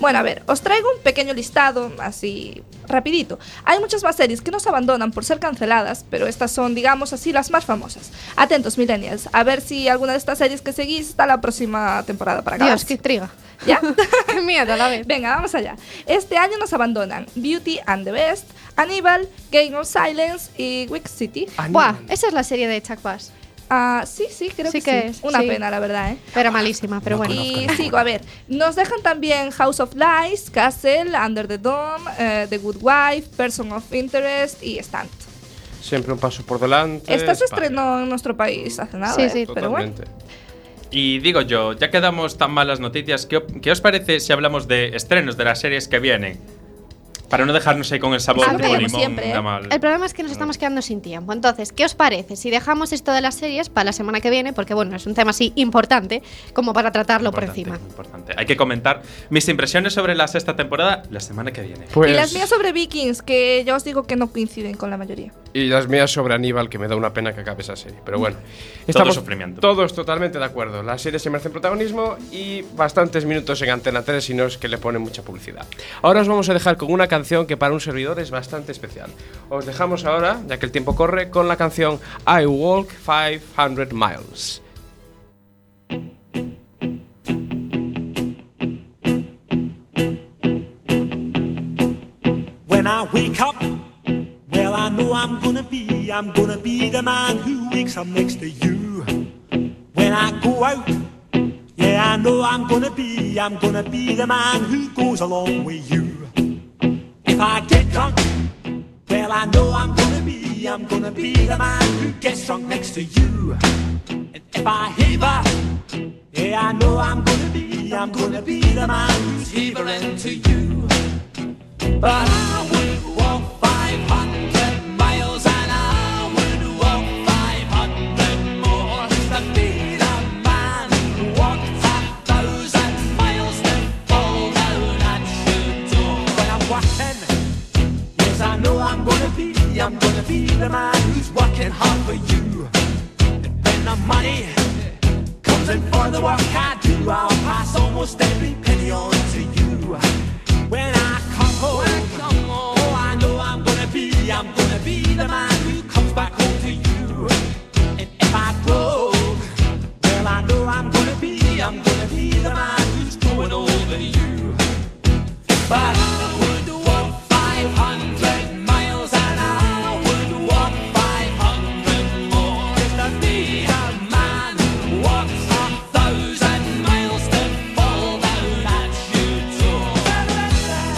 Speaker 4: Bueno, a ver, os traigo un pequeño listado, así rapidito. Hay muchas más series que nos abandonan por ser canceladas, pero estas son, digamos así, las más famosas. Atentos, millennials, a ver si alguna de estas series que seguís está la próxima temporada para acá.
Speaker 2: Dios, qué triga.
Speaker 4: ¿Ya?
Speaker 2: (laughs) qué miedo, la vez.
Speaker 4: Venga, vamos allá. Este año nos abandonan Beauty and the Best, Aníbal, Game of Silence y Wick City.
Speaker 2: Buah, esa es la serie de Chuck Bass.
Speaker 4: Ah, sí, sí, creo
Speaker 2: Sí
Speaker 4: que,
Speaker 2: que
Speaker 4: sí.
Speaker 2: es,
Speaker 4: Una
Speaker 2: sí.
Speaker 4: pena, la verdad, ¿eh?
Speaker 2: Era malísima, pero bueno.
Speaker 4: Y sigo, a ver. Nos dejan también House of Lies, Castle, Under the Dome, eh, The Good Wife, Person of Interest y Stand.
Speaker 5: Siempre un paso por delante.
Speaker 4: Esta se
Speaker 5: España.
Speaker 4: estrenó en nuestro país hace nada, ¿eh? pero bueno.
Speaker 5: Totalmente.
Speaker 1: Y digo yo, ya que damos tan malas noticias, ¿qué, op- qué os parece si hablamos de estrenos de las series que vienen? Para no dejarnos ahí con el sabor
Speaker 2: Algo
Speaker 1: tipo
Speaker 2: como
Speaker 1: limón
Speaker 2: siempre,
Speaker 1: da
Speaker 2: ¿eh?
Speaker 1: mal.
Speaker 2: El problema es que nos estamos quedando sin tiempo. Entonces, ¿qué os parece si dejamos esto de las series para la semana que viene? Porque, bueno, es un tema así importante como para tratarlo
Speaker 1: Importante,
Speaker 2: por
Speaker 1: muy importante. Hay que comentar mis impresiones sobre la sexta temporada la semana que viene.
Speaker 5: Pues,
Speaker 4: Y las mías sobre Vikings, que ya os digo que no coinciden con la mayoría.
Speaker 5: Y las mías sobre Aníbal, que me da una pena que acabe esa serie. Pero bueno,
Speaker 1: sufrimiento.
Speaker 5: todos totalmente de acuerdo. Las series se merecen protagonismo y bastantes minutos en Antena 3, si no es que le ponen mucha publicidad. Ahora os vamos a dejar con una canción que para un servidor es bastante especial. Os dejamos ahora, ya que el tiempo corre, con la canción I Walk 500 Miles.
Speaker 17: When I wake up, well, I know I'm gonna be, I'm gonna be the man who wakes up next to you. When I go out, yeah, I know I'm gonna be, I'm gonna be the man who goes along with you. If I get drunk, well, I know I'm gonna be, be, I'm gonna be the man who gets drunk next to you. And if I heaver, yeah, I know I'm gonna be, I'm gonna be the man who's heavering to you. But I would walk 500 miles and I would walk 500 more to be the man who walked a thousand miles to fall down at your door. But I'm walking. Yes, I know I'm gonna be, I'm gonna be the man who's working hard for you. And when the money comes in for the work I do, I'll pass almost every penny on to you. When I come home, oh, I know I'm gonna be, I'm gonna be the man who comes back home to you. And if I go, well, I know I'm gonna be, I'm gonna be the man who's going over you. But I would walk 500 miles and I would walk 500 more just to be a man who walks a thousand miles to fall down at your door.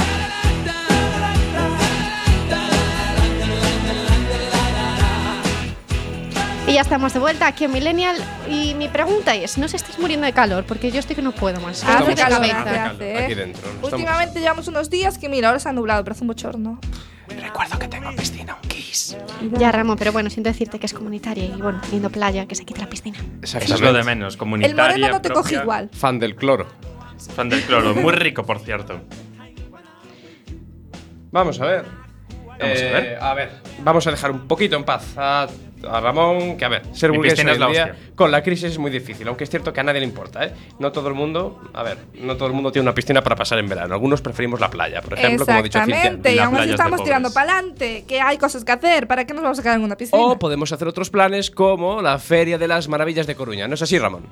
Speaker 2: Y ya estamos de vuelta aquí en Millennial. Y mi pregunta es: ¿no os estáis muriendo de calor? Porque yo estoy que no puedo más.
Speaker 4: Ah, Hace
Speaker 2: Estoy de
Speaker 4: calor,
Speaker 2: cabeza.
Speaker 4: hace, hace, ¿eh?
Speaker 5: Aquí dentro. no estamos-
Speaker 4: Últimamente llevamos unos días que, mira, ahora se ha nublado, pero hace un bochorno.
Speaker 2: Recuerdo que tengo piscina, un kiss. Ya, Ramón, pero bueno, siento decirte que es comunitaria y bueno, teniendo playa, que se quita la piscina.
Speaker 1: Eso es lo de menos, comunitaria. propia.
Speaker 5: Fan del cloro.
Speaker 1: Fan del cloro, muy rico, por cierto.
Speaker 5: Vamos a ver.
Speaker 1: Vamos Eh, a ver.
Speaker 5: a ver, Vamos a dejar un poquito en paz a, a Ramón, que a ver, ser
Speaker 1: Mi
Speaker 5: burgués
Speaker 1: piscina
Speaker 5: hoy
Speaker 1: es la
Speaker 5: en día
Speaker 1: hostia.
Speaker 5: con la crisis es muy difícil, aunque es cierto que a nadie le importa, ¿eh? No todo el mundo, a ver, no todo el mundo tiene una piscina para pasar en verano. Algunos preferimos la playa, por ejemplo, como ha dicho Cintia.
Speaker 4: Exactamente, y
Speaker 5: Las
Speaker 4: aún así
Speaker 5: playas de
Speaker 4: estamos
Speaker 5: pobres.
Speaker 4: tirando para adelante, que hay cosas que hacer, ¿para qué nos vamos a quedar en una piscina?
Speaker 5: O podemos hacer otros planes como la Feria de las Maravillas de Coruña, ¿no es así, Ramón?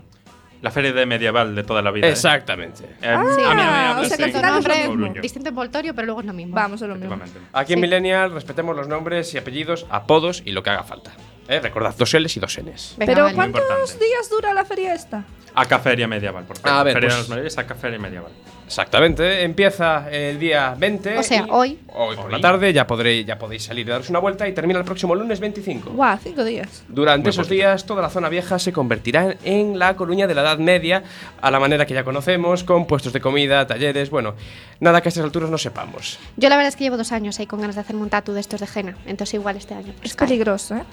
Speaker 1: La feria de medieval de toda la vida. ¿eh?
Speaker 5: Exactamente.
Speaker 1: Eh, a mí no me
Speaker 2: Ah,
Speaker 1: hablas
Speaker 2: o
Speaker 1: de-
Speaker 2: sea, que al final es lo
Speaker 1: Coruña.
Speaker 2: mismo. Distinto envoltorio, pero luego es lo mismo.
Speaker 4: Vamos, es lo mismo.
Speaker 5: Aquí en Millennial respetemos los nombres y apellidos, apodos y lo que haga falta. ¿Eh? Recordad, dos L's y dos N's.
Speaker 4: Pero
Speaker 1: Muy
Speaker 4: ¿cuántos
Speaker 1: importante.
Speaker 4: días dura la feria esta?
Speaker 1: Aca feria medieval, por favor.
Speaker 5: A ver,
Speaker 1: feria
Speaker 5: pues-
Speaker 1: de las maravillas, aca feria medieval.
Speaker 5: Exactamente, empieza el día 20.
Speaker 2: O sea, hoy.
Speaker 5: Hoy por la tarde ya, podréis, ya podéis salir y daros una vuelta y termina el próximo lunes 25.
Speaker 4: Guau, cinco días.
Speaker 5: Durante esos días, toda la zona vieja se convertirá en la Coruña de la Edad Media, a la manera que ya conocemos, con puestos de comida, talleres, bueno, nada que a estas alturas no sepamos.
Speaker 2: Yo la verdad es que llevo dos años ahí con ganas de hacerme un tatu de estos de Jena. Entonces igual este año.
Speaker 4: Es peligroso, ¿eh?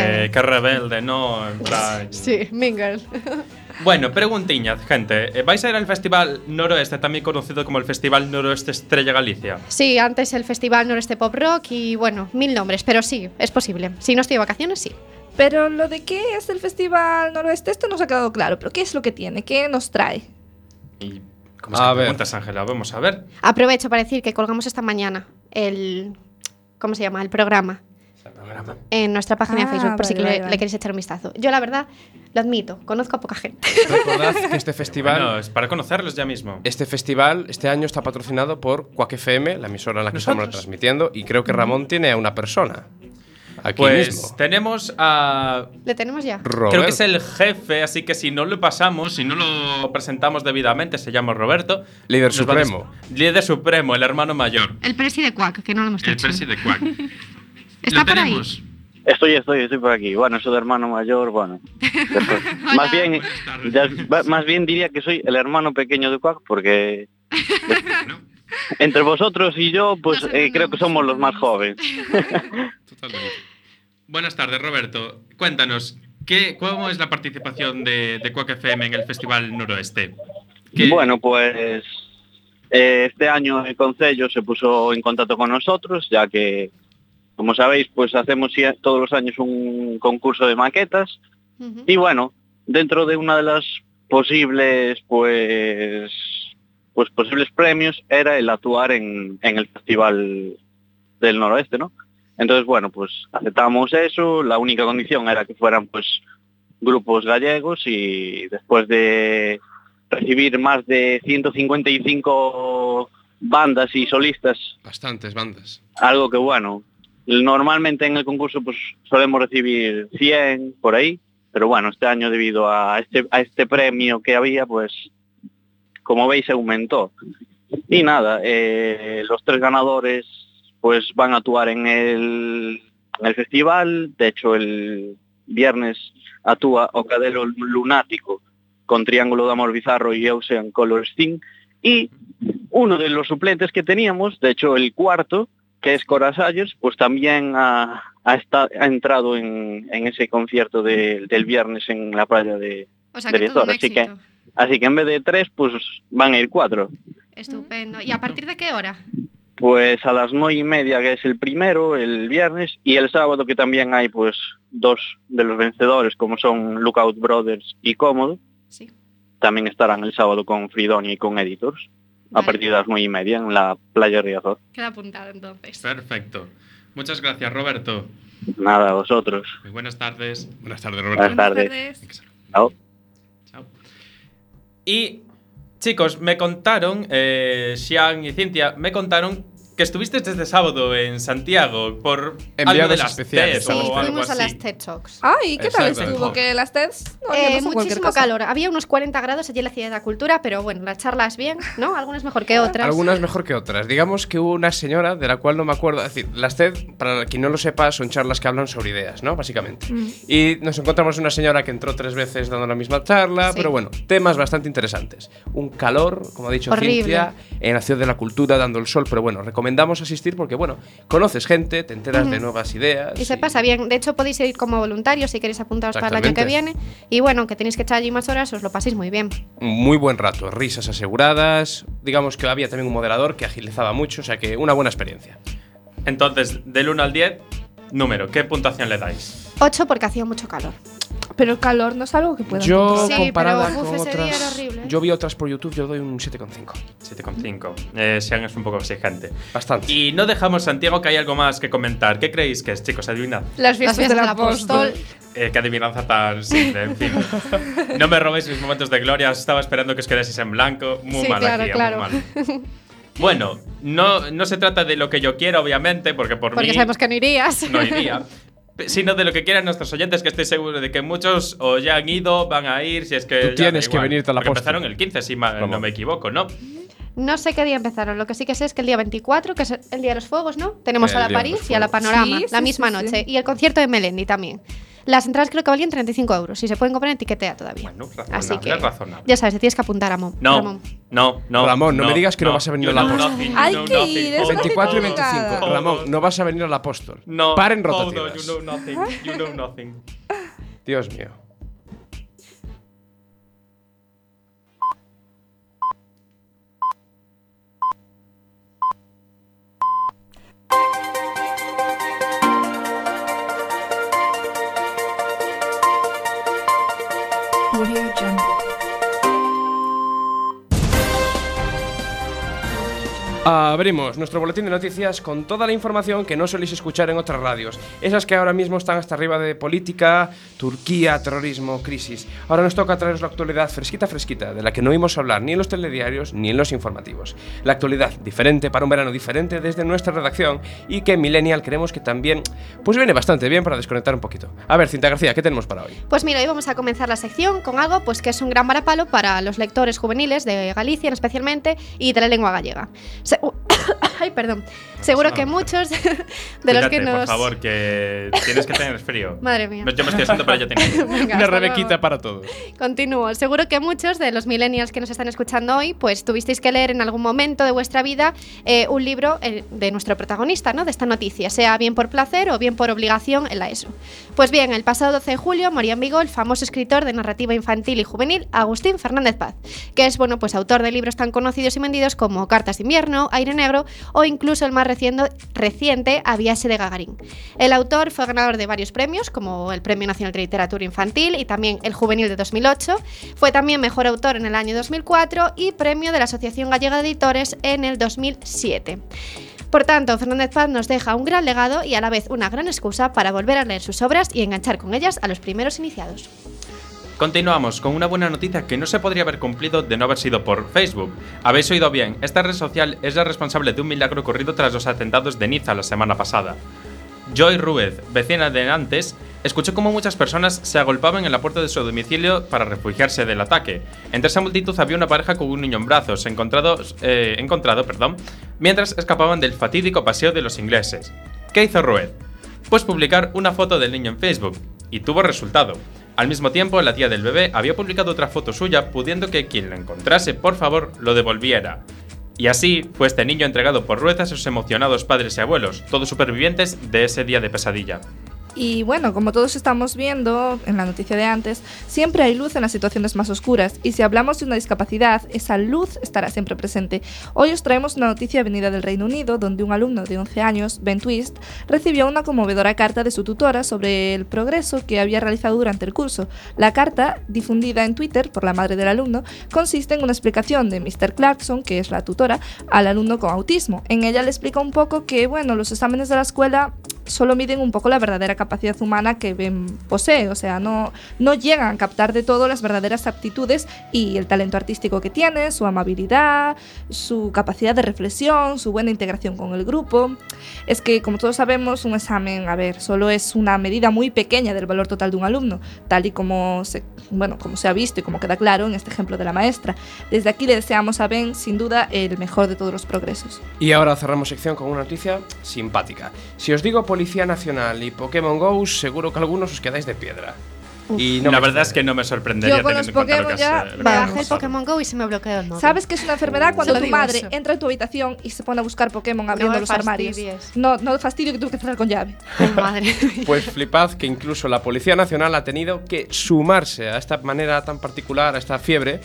Speaker 1: Eh, qué rebelde, ¿no?
Speaker 2: (laughs)
Speaker 1: En plan-
Speaker 2: Sí, Mingle.
Speaker 1: Bueno, preguntiña, gente. Eh, ¿Vais a ir al Festival Noroeste, también conocido como el Festival Noroeste Estrella Galicia?
Speaker 2: sí, antes el Festival Noreste Pop Rock y bueno, mil nombres, pero sí, es posible. Si no estoy de vacaciones, sí.
Speaker 4: Pero lo de qué es el Festival Noroeste, esto nos ha quedado claro, pero ¿qué es lo que tiene? ¿Qué nos trae?
Speaker 1: ¿Cómo es que preguntas, Ángela? Vamos a ver.
Speaker 2: Aprovecho para decir que colgamos esta mañana el. ¿Cómo se llama? El programa. En nuestra página
Speaker 4: Ah,
Speaker 2: de Facebook, por si
Speaker 4: vale,
Speaker 2: que
Speaker 4: vale,
Speaker 2: le,
Speaker 4: vale.
Speaker 2: le queréis echar un vistazo. Yo, la verdad, lo admito, conozco a poca gente. (laughs)
Speaker 5: Recordad
Speaker 1: (laughs)
Speaker 5: que este (laughs) festival.
Speaker 1: Bueno, es para conocerlos ya mismo.
Speaker 5: Este festival este año está patrocinado por Quack FM, la emisora en la que estamos retransmitiendo, y creo que Ramón tiene a una persona. Aquí
Speaker 1: Pues
Speaker 5: mismo.
Speaker 1: tenemos a.
Speaker 2: ¿Le tenemos ya?
Speaker 1: Creo
Speaker 5: Roberto.
Speaker 1: que es el jefe, así que si no lo pasamos, si no lo presentamos debidamente, se llama Roberto.
Speaker 5: Líder
Speaker 1: nos va a des-
Speaker 5: supremo.
Speaker 1: Líder supremo, el hermano mayor.
Speaker 2: El presi de Cuac, que no lo hemos
Speaker 1: El presi de Quack.
Speaker 2: Está por ahí.
Speaker 18: Estoy, estoy, estoy por aquí. Bueno, soy de hermano mayor, bueno. más bien, ya- va- más bien diría que soy el hermano pequeño de Quack porque entre vosotros y yo, pues eh, creo que somos los más jóvenes.
Speaker 1: Buenas tardes, Roberto. Cuéntanos, ¿qué, ¿cómo es la participación de, de Quack FM en el Festival Noroeste?
Speaker 18: Bueno, pues eh, este año el Concello se puso en contacto con nosotros, ya que, como sabéis, pues hacemos sie- todos los años un concurso de maquetas. Y bueno, dentro de una de las posibles, pues, pues posibles premios era el actuar en, en el Festival del Noroeste, ¿no? Entonces, bueno, pues aceptamos eso, la única condición era que fueran pues grupos gallegos y después de recibir más de 155 bandas y solistas.
Speaker 5: Bastantes bandas.
Speaker 18: Algo que bueno, normalmente en el concurso pues solemos recibir 100 por ahí, pero bueno, este año debido a este, a este premio que había, pues como veis se aumentó. Y nada, eh, los tres ganadores pues van a actuar en el el festival, de hecho el viernes actúa o Cadelo Lunático con Triángulo de Amor Bizarro y Ocean Color Sting y uno de los suplentes que teníamos, de hecho el cuarto, que es Cora Sayers, pues también ha, ha esta- ha entrado en, en ese concierto de- del viernes en la playa de,
Speaker 2: O sea,
Speaker 18: de
Speaker 2: que todo
Speaker 18: Riazor.
Speaker 2: un
Speaker 18: Así que,
Speaker 2: éxito.
Speaker 18: así que en vez de tres, pues van a ir cuatro.
Speaker 2: Estupendo. ¿Y a partir de qué hora?
Speaker 18: Pues a las nueve y media, que es el primero, el viernes, y el sábado que también hay pues dos de los vencedores, como son Lookout Brothers y Cómodo.
Speaker 2: Sí.
Speaker 18: También estarán el sábado con Fridonia y con Editors, a
Speaker 2: Vale.
Speaker 18: partir de las nueve y media en la playa de Riazor.
Speaker 2: Queda apuntado entonces.
Speaker 1: Perfecto. Muchas gracias, Roberto.
Speaker 18: Nada, a vosotros.
Speaker 1: Muy buenas tardes. Buenas tardes,
Speaker 18: Buenas tardes. Chao.
Speaker 1: Y, chicos, me contaron, eh, Xian y Cintia, me contaron que estuvisteis desde sábado en Santiago por algo de
Speaker 5: Enviados
Speaker 1: las
Speaker 5: especiales,
Speaker 1: TES o
Speaker 5: Sí,
Speaker 1: algo
Speaker 2: Fuimos a
Speaker 1: así.
Speaker 2: las TED Talks.
Speaker 4: Ay, ¿qué tal
Speaker 1: Exacto.
Speaker 4: estuvo? Que las TEDs
Speaker 2: Eh,
Speaker 4: no, yo no sé cualquier
Speaker 2: muchísimo
Speaker 4: cosa.
Speaker 2: calor. Había unos 40 grados allí en la Ciudad de la Cultura, pero bueno, las charlas bien, ¿no? Algunas mejor que otras.
Speaker 5: Algunas mejor que otras. Digamos que hubo una señora de la cual no me acuerdo. Es decir, las TED, para quien no lo sepa, son charlas que hablan sobre ideas, ¿no? Básicamente.
Speaker 2: Mm.
Speaker 5: Y nos encontramos una señora que entró tres veces dando la misma charla,
Speaker 1: Sí.
Speaker 5: pero bueno, temas bastante interesantes. Un calor, como ha dicho
Speaker 1: Horrible.
Speaker 5: Cintia, en la ciudad de la cultura, dando el sol, pero bueno, recomendamos asistir porque, bueno, conoces gente, te enteras
Speaker 2: Ujú.
Speaker 5: de nuevas ideas.
Speaker 2: Y se pasa bien. De hecho, podéis ir como voluntarios si queréis apuntaros para el año que viene.
Speaker 5: Exactamente.
Speaker 2: Y bueno, aunque tenéis que echar allí más horas, os lo paséis muy bien.
Speaker 5: Un muy buen rato, risas aseguradas. Digamos que había también un moderador que agilizaba mucho, o sea que una buena experiencia.
Speaker 1: Entonces, del 1 al 10, número, ¿qué puntuación le dais?
Speaker 2: 8 porque hacía mucho calor.
Speaker 4: Pero el calor no es algo que pueda
Speaker 5: Yo,
Speaker 4: controlar.
Speaker 5: comparada
Speaker 2: pero, uf,
Speaker 5: con
Speaker 2: ese día era
Speaker 5: otras.
Speaker 2: horrible, ¿eh?
Speaker 5: Yo vi otras por YouTube, yo doy un 7,5.
Speaker 1: 7,5. Eh, Xian es un poco exigente.
Speaker 5: Bastante.
Speaker 1: Y no dejamos Santiago que hay algo más que comentar. ¿Qué creéis que es, chicos? Adivinad.
Speaker 4: Las fiestas,
Speaker 2: fiestas
Speaker 4: del
Speaker 2: del
Speaker 4: apóstol.
Speaker 1: Eh, qué adivinanza tan simple, en fin. No me robéis mis momentos de gloria, os estaba esperando que os quedaseis en blanco. Muy
Speaker 2: sí,
Speaker 1: mal
Speaker 2: claro,
Speaker 1: aquí,
Speaker 2: claro.
Speaker 1: muy mal.
Speaker 2: (laughs)
Speaker 1: Bueno, no, no se trata de lo que yo quiero, obviamente, porque por
Speaker 2: porque
Speaker 1: mí
Speaker 2: sabemos que no irías.
Speaker 1: no iría. pe- Sino de lo que quieran nuestros oyentes, que estoy seguro de que muchos o ya han ido, van a ir, si es que.
Speaker 5: Tú
Speaker 1: ya
Speaker 5: tienes
Speaker 1: da
Speaker 5: que
Speaker 1: igual,
Speaker 5: venirte a la
Speaker 1: porque
Speaker 5: posta.
Speaker 1: empezaron el 15, si ma-
Speaker 5: Vamos.
Speaker 1: no me equivoco, ¿no?
Speaker 2: (laughs) No sé qué día empezaron, lo que sí que sé es que el día 24, que es el día de los fuegos, ¿no? Tenemos
Speaker 1: El
Speaker 2: a la
Speaker 1: día de
Speaker 2: París
Speaker 1: los
Speaker 2: y a la
Speaker 1: fuegos.
Speaker 2: Panorama,
Speaker 4: Sí,
Speaker 2: la
Speaker 4: sí,
Speaker 2: misma
Speaker 4: sí, sí.
Speaker 2: noche. Y el concierto de Melendi también. Las entradas creo que valían 35 euros y se pueden comprar en tiquetea todavía.
Speaker 1: Bueno,
Speaker 2: Así
Speaker 1: razonable,
Speaker 2: que-
Speaker 1: razonable.
Speaker 2: Ya sabes, te tienes que apuntar a Mon.
Speaker 1: No,
Speaker 2: Ramón.
Speaker 1: no, no.
Speaker 5: Ramón, no, me digas que no, vas a venir
Speaker 1: yo
Speaker 5: a la
Speaker 1: no,
Speaker 5: apóstol.
Speaker 1: nothing,
Speaker 4: Hay
Speaker 1: no,
Speaker 4: que
Speaker 1: nothing, Oh,
Speaker 4: ir, es
Speaker 1: todo,
Speaker 4: una
Speaker 5: 24 y
Speaker 1: todo,
Speaker 5: 25.
Speaker 1: todo.
Speaker 5: Ramón, no vas a venir al apóstol.
Speaker 1: No,
Speaker 5: Paren
Speaker 1: todo,
Speaker 5: rotativas.
Speaker 1: you know nothing, you know nothing.
Speaker 5: Dios mío. Abrimos nuestro boletín de noticias con toda la información que no soléis escuchar en otras radios, esas que ahora mismo están hasta arriba de política, Turquía, terrorismo, crisis. Ahora nos toca traeros la actualidad fresquita, fresquita, de la que no oímos hablar ni en los telediarios ni en los informativos. La actualidad diferente para un verano diferente desde nuestra redacción y que en Millennial creemos que también pues viene bastante bien para desconectar un poquito. A ver, Cinta García, ¿qué tenemos para hoy?
Speaker 2: Pues mira, hoy vamos a comenzar la sección con algo pues que es un gran varapalo para los lectores juveniles de Galicia, especialmente, y de la lengua gallega. Se- (coughs) Ay, perdón. Seguro que muchos (laughs) (laughs) de
Speaker 1: Ah.
Speaker 2: los que
Speaker 1: Cuídate,
Speaker 2: nos...
Speaker 1: Por favor, que tienes que tener frío.
Speaker 2: (laughs) Madre mía.
Speaker 1: No, Yo me estoy haciendo, pero ya tengo frío.
Speaker 2: (laughs) Venga, hasta luego.
Speaker 5: para todos.
Speaker 2: Continúo. Seguro que muchos de los millennials que nos están escuchando hoy, pues tuvisteis que leer en algún momento de vuestra vida eh, un libro eh, de nuestro protagonista, ¿no? De esta noticia, sea bien por placer o bien por obligación en la ESO. Pues bien, el pasado 12 de julio moría en Vigo el famoso escritor de narrativa infantil y juvenil Agustín Fernández Paz, que es, bueno, pues autor de libros tan conocidos y vendidos como Cartas de invierno, Aire Negro o incluso el más reciendo- reciente, Aviase de Gagarín. El autor fue ganador de varios premios, como el Premio Nacional de Literatura Infantil y también el Juvenil de 2008. Fue también mejor autor en el año 2004 y premio de la Asociación Gallega de Editores en el 2007. Por tanto, Fernández Paz nos deja un gran legado y a la vez una gran excusa para volver a leer sus obras y enganchar con ellas a los primeros iniciados.
Speaker 1: Continuamos con una buena noticia que no se podría haber cumplido de no haber sido por Facebook. Habéis oído bien, esta red social es la responsable de un milagro ocurrido tras los atentados de Niza la semana pasada. Joy Ruiz, vecina de Nantes, escuchó cómo muchas personas se agolpaban en la puerta de su domicilio para refugiarse del ataque. Entre esa multitud había una pareja con un niño en brazos, encontrado, eh, encontrado perdón, mientras escapaban del fatídico paseo de los ingleses. ¿Qué hizo Ruiz? pues publicar una foto del niño en Facebook, y tuvo resultado. Al mismo tiempo, la tía del bebé había publicado otra foto suya pudiendo que quien la encontrase, por favor, lo devolviera. Y así fue este niño entregado por Rueda a sus emocionados padres y abuelos, todos supervivientes de ese día de pesadilla.
Speaker 4: Y bueno, como todos estamos viendo en la noticia de antes, siempre hay luz en las situaciones más oscuras y si hablamos de una discapacidad, esa luz estará siempre presente. Hoy os traemos una noticia venida del Reino Unido, donde un alumno de 11 años, Ben Twist, recibió una conmovedora carta de su tutora sobre el progreso que había realizado durante el curso. La carta, difundida en Twitter por la madre del alumno, consiste en una explicación de Mr. Clarkson, que es la tutora, al alumno con autismo. En ella le explica un poco que, bueno, los exámenes de la escuela solo miden un poco la verdadera capacidad humana que Ben posee, o sea, no, no llegan a captar de todo las verdaderas aptitudes y el talento artístico que tiene, su amabilidad, su capacidad de reflexión, su buena integración con el grupo. Es que, como todos sabemos, un examen, a ver, solo es una medida muy pequeña del valor total de un alumno, tal y como se, bueno, como se ha visto y como queda claro en este ejemplo de la maestra. Desde aquí le deseamos a Ben, sin duda, el mejor de todos los progresos.
Speaker 5: Y ahora cerramos sección con una noticia simpática. Si os digo Policía Nacional y Pokémon GO, seguro que algunos os quedáis de piedra.
Speaker 1: Uf.
Speaker 5: Y no
Speaker 1: la
Speaker 5: me
Speaker 1: verdad es que no me sorprendería
Speaker 2: Yo con los
Speaker 1: teniendo en cuenta lo
Speaker 2: Pokémon
Speaker 1: que
Speaker 2: ya
Speaker 1: has, eh, lo
Speaker 2: me
Speaker 1: que has
Speaker 2: bajé el
Speaker 1: pasado.
Speaker 2: Pokémon Go y se me bloqueó el móvil.
Speaker 4: ¿Sabes que es una enfermedad cuando
Speaker 2: Yo
Speaker 4: tu
Speaker 2: digo
Speaker 4: madre
Speaker 2: eso.
Speaker 4: entra a tu habitación y se pone a buscar Pokémon abriendo
Speaker 2: me
Speaker 4: los armarios?
Speaker 2: fastidies.
Speaker 4: No, no el fastidio que tuve que cerrar con llave.
Speaker 5: (laughs) Pues flipad que incluso la Policía Nacional ha tenido que sumarse a esta manera tan particular, a esta fiebre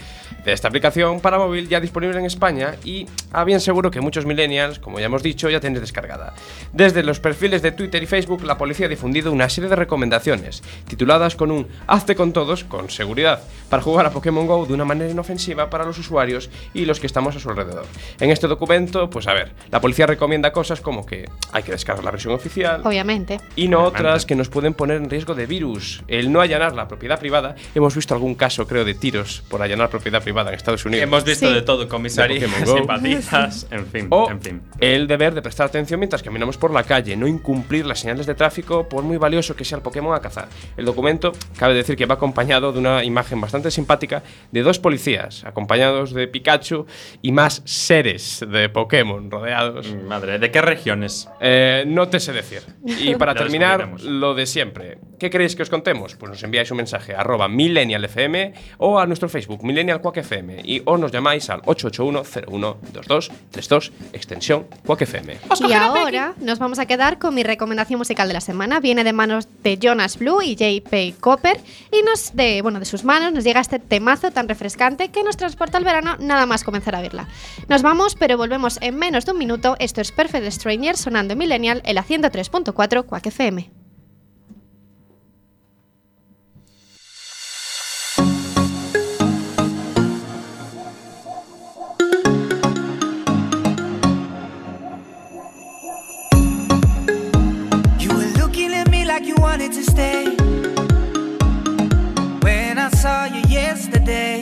Speaker 5: de esta aplicación para móvil ya disponible en España y a bien seguro que muchos millennials, como ya hemos dicho, ya tenéis descargada. Desde los perfiles de Twitter y Facebook, la policía ha difundido una serie de recomendaciones, tituladas con un Hazte con todos con seguridad, para jugar a Pokémon GO de una manera inofensiva para los usuarios y los que estamos a su alrededor. En este documento, pues a ver, la policía recomienda cosas como que hay que descargar la versión oficial,
Speaker 2: Obviamente.
Speaker 5: y no otras que nos pueden poner en riesgo de virus. El no allanar la propiedad privada. Hemos visto algún caso, creo, de tiros por allanar propiedad privada en Estados Unidos.
Speaker 1: Hemos visto Sí. de todo, comisarías,
Speaker 5: De
Speaker 1: (laughs)
Speaker 5: Pokémon Go.
Speaker 1: simpatías, en fin,
Speaker 5: O
Speaker 1: en fin.
Speaker 5: el deber de prestar atención mientras caminamos por la calle, no incumplir las señales de tráfico por muy valioso que sea el Pokémon a cazar. El documento cabe decir que va acompañado de una imagen bastante simpática de dos policías, acompañados de Pikachu y más seres de Pokémon
Speaker 1: Mm.
Speaker 5: rodeados.
Speaker 1: Madre, ¿de qué regiones?
Speaker 5: Eh, no te sé decir.
Speaker 1: (laughs)
Speaker 5: Y para
Speaker 1: Ya
Speaker 5: terminar, lo de siempre. ¿Qué queréis que os contemos? Pues nos enviáis un mensaje a arroba millennialfm o a nuestro Facebook millennialquackfm y o nos llamáis al 881-012232 extensión quackfm.
Speaker 1: Eh,
Speaker 2: Y ahora nos vamos a quedar con mi recomendación musical de la semana. Viene de manos de Jonas Blue y JP Copper y nos de, bueno, de sus manos nos llega este temazo tan refrescante que nos transporta al verano nada más comenzar a verla. Nos vamos, pero volvemos en menos de un minuto. Esto es Perfect Stranger sonando en Millennial en la 103.4 Quack FM.
Speaker 19: You were looking at me like you wanted to stay. When I saw you yesterday,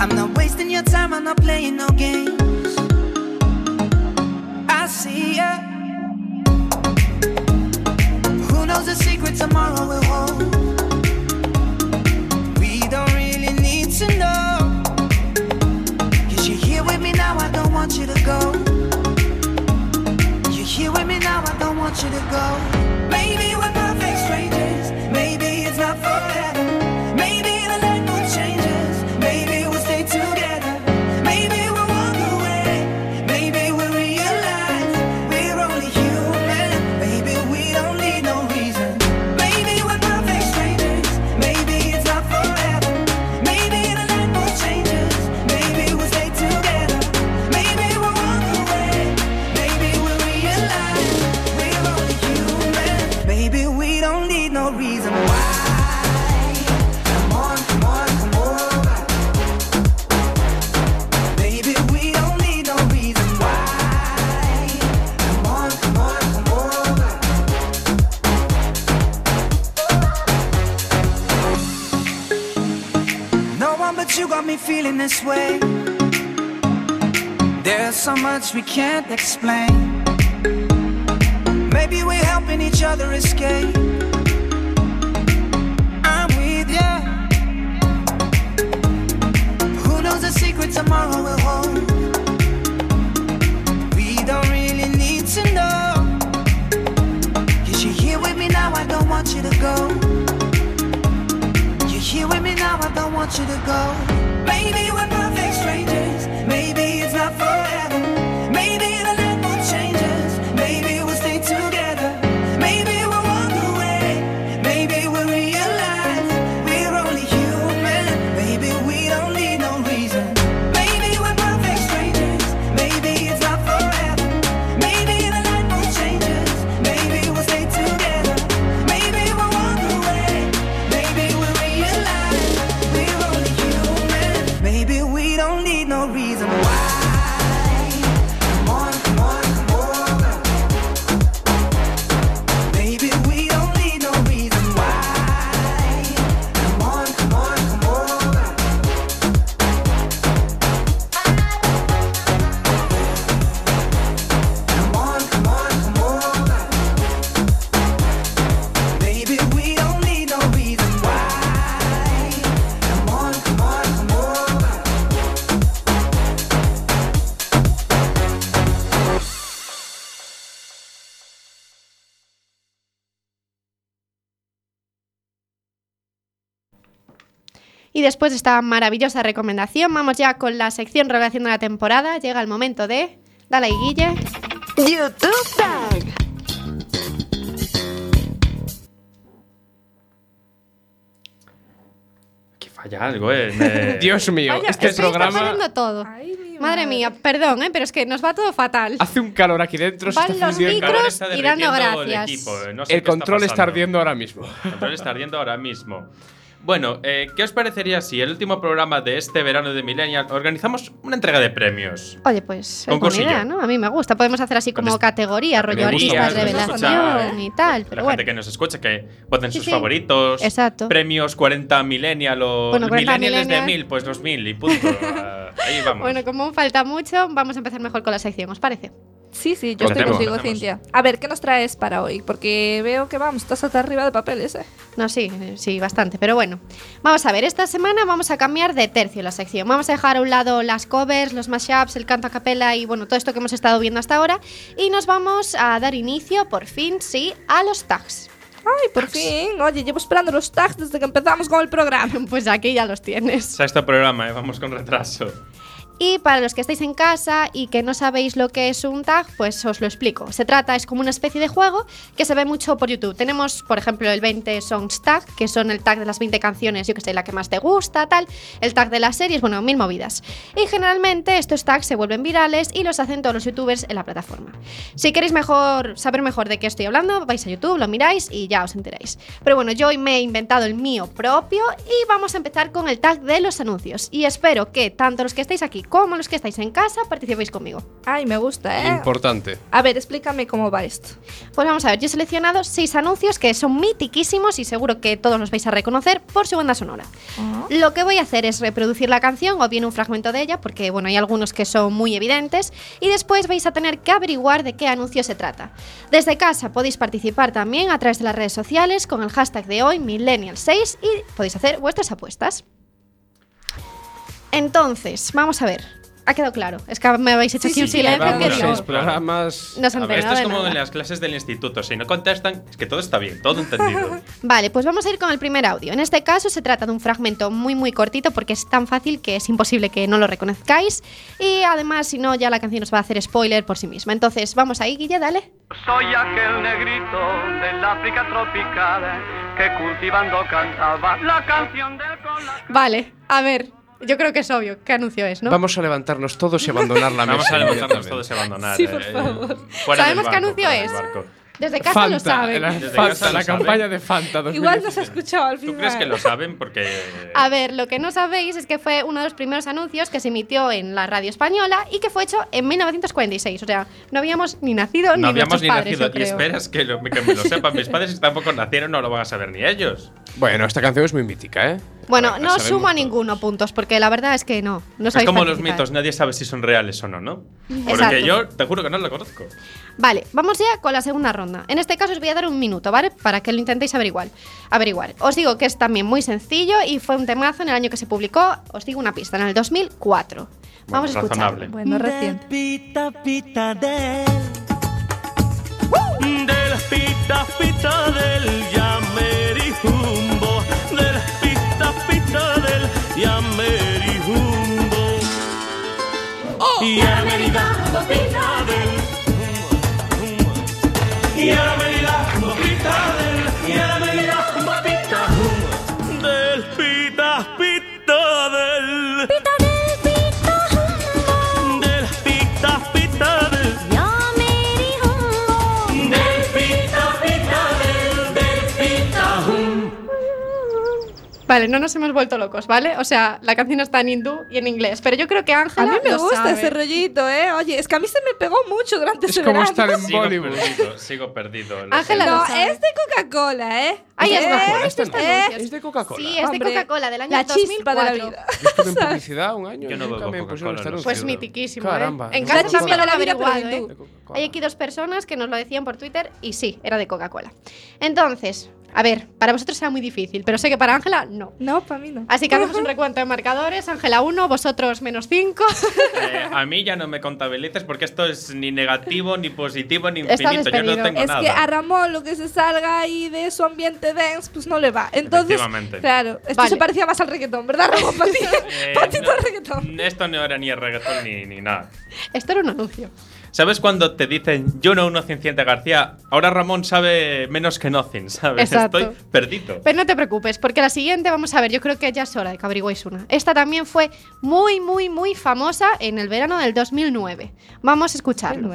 Speaker 19: I'm not wasting your time, I'm not playing no games. I see ya. Who knows the secret tomorrow will hold? We don't really need to know. Cause you're here with me now, I don't want you to go. You're here with me now, I don't want you to go. Maybe we're perfect strangers. Maybe it's not forever. Maybe the night will change us. Maybe we'll stay together. Maybe we'll walk away. Maybe we'll realize we're only human. Maybe we don't need no reason. Maybe we're perfect strangers. Maybe it's not forever. Maybe the night will change us. Maybe we'll stay together. Maybe we'll walk away. Maybe we'll realize we're only human. Maybe we don't need no reason why. Come on, come on, come over. Maybe we don't need no reason why. Come on, come on, come over. No one but you got me feeling this way. There's so much we can't explain. Maybe we're helping each other escape. I'm with ya. Who knows the secret tomorrow will hold? We don't really need to know. want you to go. Maybe we're perfect strangers. Maybe it's not forever. Maybe the land will change us. Maybe we'll stay together. Maybe we'll walk away. Maybe we'll realize we're only human. Maybe we don't need no reason. Maybe we're perfect strangers. Maybe it's not forever. Maybe the land will change us. Maybe we'll stay together. Maybe we'll walk away. Maybe we'll realize we're only human. Maybe we don't need no reason why. Come on, come on, come on. Maybe we don't need no reason why. Come on, come on, come on. Come on, come on, come on. Maybe we don't need no reason why. Come on, come on, come on.
Speaker 2: Y después de esta maravillosa recomendación, vamos ya con la sección revelación de la temporada. Llega el momento de. Dale ahí, Guille.
Speaker 13: YouTube Tag.
Speaker 1: Falla algo, eh. (laughs) Me-
Speaker 5: Dios mío,
Speaker 2: Vaya,
Speaker 5: este
Speaker 2: estoy
Speaker 5: programa
Speaker 2: fatal todo. madre mía, perdón, ¿eh? pero es que nos va todo fatal.
Speaker 5: hace un calor aquí dentro. se
Speaker 2: Van
Speaker 5: está
Speaker 2: los
Speaker 5: fundiendo.
Speaker 2: micros Ahora está y dando derritiendo el gracias.
Speaker 1: equipo, eh, no sé qué
Speaker 5: el
Speaker 1: está
Speaker 5: control está,
Speaker 1: pasando.
Speaker 5: ardiendo ahora mismo.
Speaker 1: El control está ardiendo ahora mismo. Bueno, eh, ¿qué os parecería si el último programa de este verano de Millennial organizamos una entrega de premios?
Speaker 2: Oye, pues es buena
Speaker 1: Concursillo.
Speaker 2: idea, ¿no? A mí me gusta. Podemos hacer así como categoría, rollo
Speaker 1: me gusta
Speaker 2: artistas
Speaker 1: mucho escuchar,
Speaker 2: revelación y tal.
Speaker 1: La
Speaker 2: Pero bueno,
Speaker 1: gente que nos escucha, que voten
Speaker 2: Sí,
Speaker 1: sus
Speaker 2: sí.
Speaker 1: favoritos.
Speaker 2: Exacto.
Speaker 1: Premios 40 Millennial o
Speaker 2: Bueno, 40
Speaker 1: Millennials de
Speaker 2: millennial.
Speaker 1: 1000, pues 2000 y
Speaker 2: (laughs)
Speaker 1: punto. Ah, Ahí vamos.
Speaker 2: bueno, como aún falta mucho, vamos a empezar mejor con la sección, ¿os parece?
Speaker 4: Sí, sí, yo
Speaker 1: Pues
Speaker 4: estoy
Speaker 1: hacemos,
Speaker 4: contigo,
Speaker 1: hacemos.
Speaker 4: Cintia. A ver, ¿qué nos traes para hoy? Porque veo que vamos, estás hasta arriba de papeles, ¿eh?
Speaker 2: No, sí, eh, sí, bastante. Pero bueno, vamos a ver, esta semana vamos a cambiar de tercio la sección. Vamos a dejar a un lado las covers, los mashups, el canto a capela y bueno, todo esto que hemos estado viendo hasta ahora. Y nos vamos a dar inicio, por fin, sí, a los tags. (laughs)
Speaker 4: Ay, por fin. Oye, llevo esperando los tags desde que empezamos con el programa.
Speaker 2: Pues aquí ya los tienes.
Speaker 1: Sexto programa, eh, vamos con retraso.
Speaker 2: Y para los que estáis en casa y que no sabéis lo que es un tag, pues os lo explico. Se trata, es como una especie de juego que se ve mucho por YouTube. Tenemos, por ejemplo, el 20 Songs Tag, que son el tag de las 20 canciones, yo que sé, la que más te gusta, tal, el tag de las series, bueno, mil movidas. Y generalmente estos tags se vuelven virales y los hacen todos los youtubers en la plataforma. Si queréis mejor saber mejor de qué estoy hablando, vais a YouTube, lo miráis y ya os enteráis. Pero bueno, yo hoy me he inventado el mío propio y vamos a empezar con el tag de los anuncios. Y espero que tanto los que estáis aquí como los que estáis en casa participéis conmigo.
Speaker 4: Ay, me gusta, ¿eh?
Speaker 5: Importante.
Speaker 4: A ver, explícame cómo va esto.
Speaker 2: Pues vamos a ver, yo he seleccionado seis anuncios que son mitiquísimos y seguro que todos los vais a reconocer por su banda sonora. Lo que voy a hacer es reproducir la canción o bien un fragmento de ella, porque bueno, hay algunos que son muy evidentes, y después vais a tener que averiguar de qué anuncio se trata. Desde casa podéis participar también a través de las redes sociales con el hashtag de hoy, Millennial6, y podéis hacer vuestras apuestas. Entonces, vamos a ver. Ha quedado claro. Es que me habéis hecho aquí un silencio que
Speaker 5: Llevamos
Speaker 2: digo.
Speaker 5: seis programas.
Speaker 2: No se
Speaker 1: A
Speaker 2: han
Speaker 1: ver, esto
Speaker 2: enterado
Speaker 1: es
Speaker 2: de
Speaker 1: como
Speaker 2: nada.
Speaker 1: en las clases del instituto. Si no contestan, es que todo está bien, todo
Speaker 2: (laughs)
Speaker 1: entendido.
Speaker 2: Vale, pues vamos a ir con el primer audio. En este caso se trata de un fragmento muy muy cortito porque es tan fácil que es imposible que no lo reconozcáis y además si no ya la canción os va a hacer spoiler por sí misma. Entonces vamos ahí, Guille, dale.
Speaker 20: Soy aquel negrito del África tropical que cultivando cantaba la canción del
Speaker 2: Vale, a ver, yo creo que es obvio qué anuncio es, ¿no?
Speaker 5: Vamos a levantarnos todos y abandonar la mesa.
Speaker 1: Vamos a levantarnos
Speaker 5: inmediatamente.
Speaker 1: todos y abandonar.
Speaker 2: Sí,
Speaker 1: eh,
Speaker 2: por
Speaker 1: eh,
Speaker 2: favor.
Speaker 1: fuera del
Speaker 2: Sabemos qué
Speaker 1: barco,
Speaker 2: anuncio
Speaker 1: fuera del
Speaker 2: es.
Speaker 1: barco.
Speaker 2: Desde casa lo saben.
Speaker 5: La,
Speaker 1: Desde
Speaker 5: Fanta,
Speaker 1: casa lo
Speaker 5: la
Speaker 1: saben.
Speaker 5: campaña de Fanta. 2000.
Speaker 4: Igual no se ha escuchado al final.
Speaker 1: ¿Tú crees que lo saben? Porque.
Speaker 2: A ver, lo que no sabéis es que fue uno de los primeros anuncios que se emitió en la radio española y que fue hecho en 1946. O sea, no habíamos ni nacido ni
Speaker 1: No habíamos
Speaker 2: nuestros
Speaker 1: ni
Speaker 2: padres,
Speaker 1: nacido.
Speaker 2: yo
Speaker 1: Y
Speaker 2: creo.
Speaker 1: esperas que, lo, que me lo sepan. Mis padres que tampoco nacieron, no lo van a saber ni ellos.
Speaker 5: Bueno, esta canción es muy mítica, ¿eh?
Speaker 2: Bueno,
Speaker 1: Bueno,
Speaker 2: no
Speaker 1: sabemos
Speaker 2: sumo a ninguno puntos, porque la verdad es que no. no
Speaker 1: es
Speaker 2: sabéis
Speaker 1: como los
Speaker 2: participar.
Speaker 1: mitos, nadie sabe si son reales o no, ¿no?
Speaker 2: Exacto.
Speaker 1: Porque yo te juro que no lo conozco.
Speaker 2: Vale, vamos ya con la segunda ronda. En este caso os voy a dar un minuto, ¿vale? Para que lo intentéis averiguar. averiguar. Os digo que es también muy sencillo y fue un temazo en el año que se publicó. Os digo una pista, en el 2004. vamos a escuchar.
Speaker 1: razonable.
Speaker 4: Bueno, reciente.
Speaker 20: Pita, pita del. Del pita, pita del. Ya me dijo un bo. Del pita, pita del.
Speaker 21: ya merijundo y a Mérida no pinta del y a Mérida no pinta del y a Mérida no pinta del pita pita del pita del pita del pita pita del
Speaker 6: Yo me
Speaker 21: del pita pita del del pita
Speaker 2: Vale, no nos hemos vuelto locos, ¿vale? O sea, la canción está en hindú y en inglés, pero yo creo que
Speaker 4: A
Speaker 2: Ángela
Speaker 4: mí me
Speaker 2: lo
Speaker 4: gusta
Speaker 2: sabe.
Speaker 4: ese rollito, ¿eh? Oye, es que a mí se me pegó mucho durante ese verano.
Speaker 1: sigo perdido, sigo perdido. lo
Speaker 4: Ángela,
Speaker 1: siento.
Speaker 4: no, es de Coca-Cola, ¿eh?
Speaker 2: Ahí
Speaker 4: ¿Eh?
Speaker 2: es Coca-Cola,
Speaker 4: Esto
Speaker 5: está
Speaker 4: ¿Eh?
Speaker 5: bien. Es de Coca-Cola.
Speaker 2: Sí, es de
Speaker 4: Hombre,
Speaker 2: Coca-Cola del año
Speaker 4: la
Speaker 2: 2004.
Speaker 4: chispa de la vida.
Speaker 5: Yo estuve
Speaker 2: (laughs)
Speaker 5: en publicidad un año.
Speaker 1: Yo no
Speaker 5: y nunca
Speaker 1: bebo
Speaker 5: me pusieron
Speaker 1: Coca-Cola,
Speaker 5: este
Speaker 1: lo
Speaker 5: anuncio.
Speaker 2: Pues mitiquísimo, ¿eh?
Speaker 5: Caramba.
Speaker 2: En
Speaker 5: no
Speaker 2: casa
Speaker 5: sé
Speaker 2: también
Speaker 5: cómo-
Speaker 2: lo
Speaker 4: vida, pero
Speaker 2: averiguado,
Speaker 4: hindú.
Speaker 2: ¿eh? Hay aquí dos personas que nos lo decían por Twitter y sí, era de Coca-Cola. Entonces, a ver, para vosotros será muy difícil, pero sé que para Ángela no.
Speaker 4: No, para mí no.
Speaker 2: Así que hacemos un recuento de marcadores. Ángela 1, vosotros menos 5.
Speaker 1: Eh, a mí ya no me contabilices porque esto es ni negativo, ni positivo, ni
Speaker 2: Estás
Speaker 1: infinito. Yo no
Speaker 2: despedido.
Speaker 1: tengo
Speaker 4: es
Speaker 1: nada.
Speaker 4: que a Ramón lo que se salga ahí de su ambiente dance, pues no le va. Entonces,
Speaker 1: Efectivamente.
Speaker 4: claro, esto
Speaker 2: Vale.
Speaker 4: se parecía más al reggaetón, ¿verdad, Ramón? Para ti,
Speaker 1: (laughs) Eh,
Speaker 4: para ti todo el reggaetón.
Speaker 1: no, esto no era ni el reggaetón ni, ni nada.
Speaker 2: (laughs) Esto era un anuncio.
Speaker 1: ¿Sabes cuando te dicen yo no uno Ciente García? Ahora Ramón sabe menos que nothing, ¿sabes?
Speaker 2: Exacto.
Speaker 1: Estoy perdido.
Speaker 2: Pero no te preocupes, porque la siguiente, vamos a ver, yo creo que ya es hora de que averigüéis una. Esta también fue muy, muy, muy famosa en el verano del 2009. Vamos a escucharlo.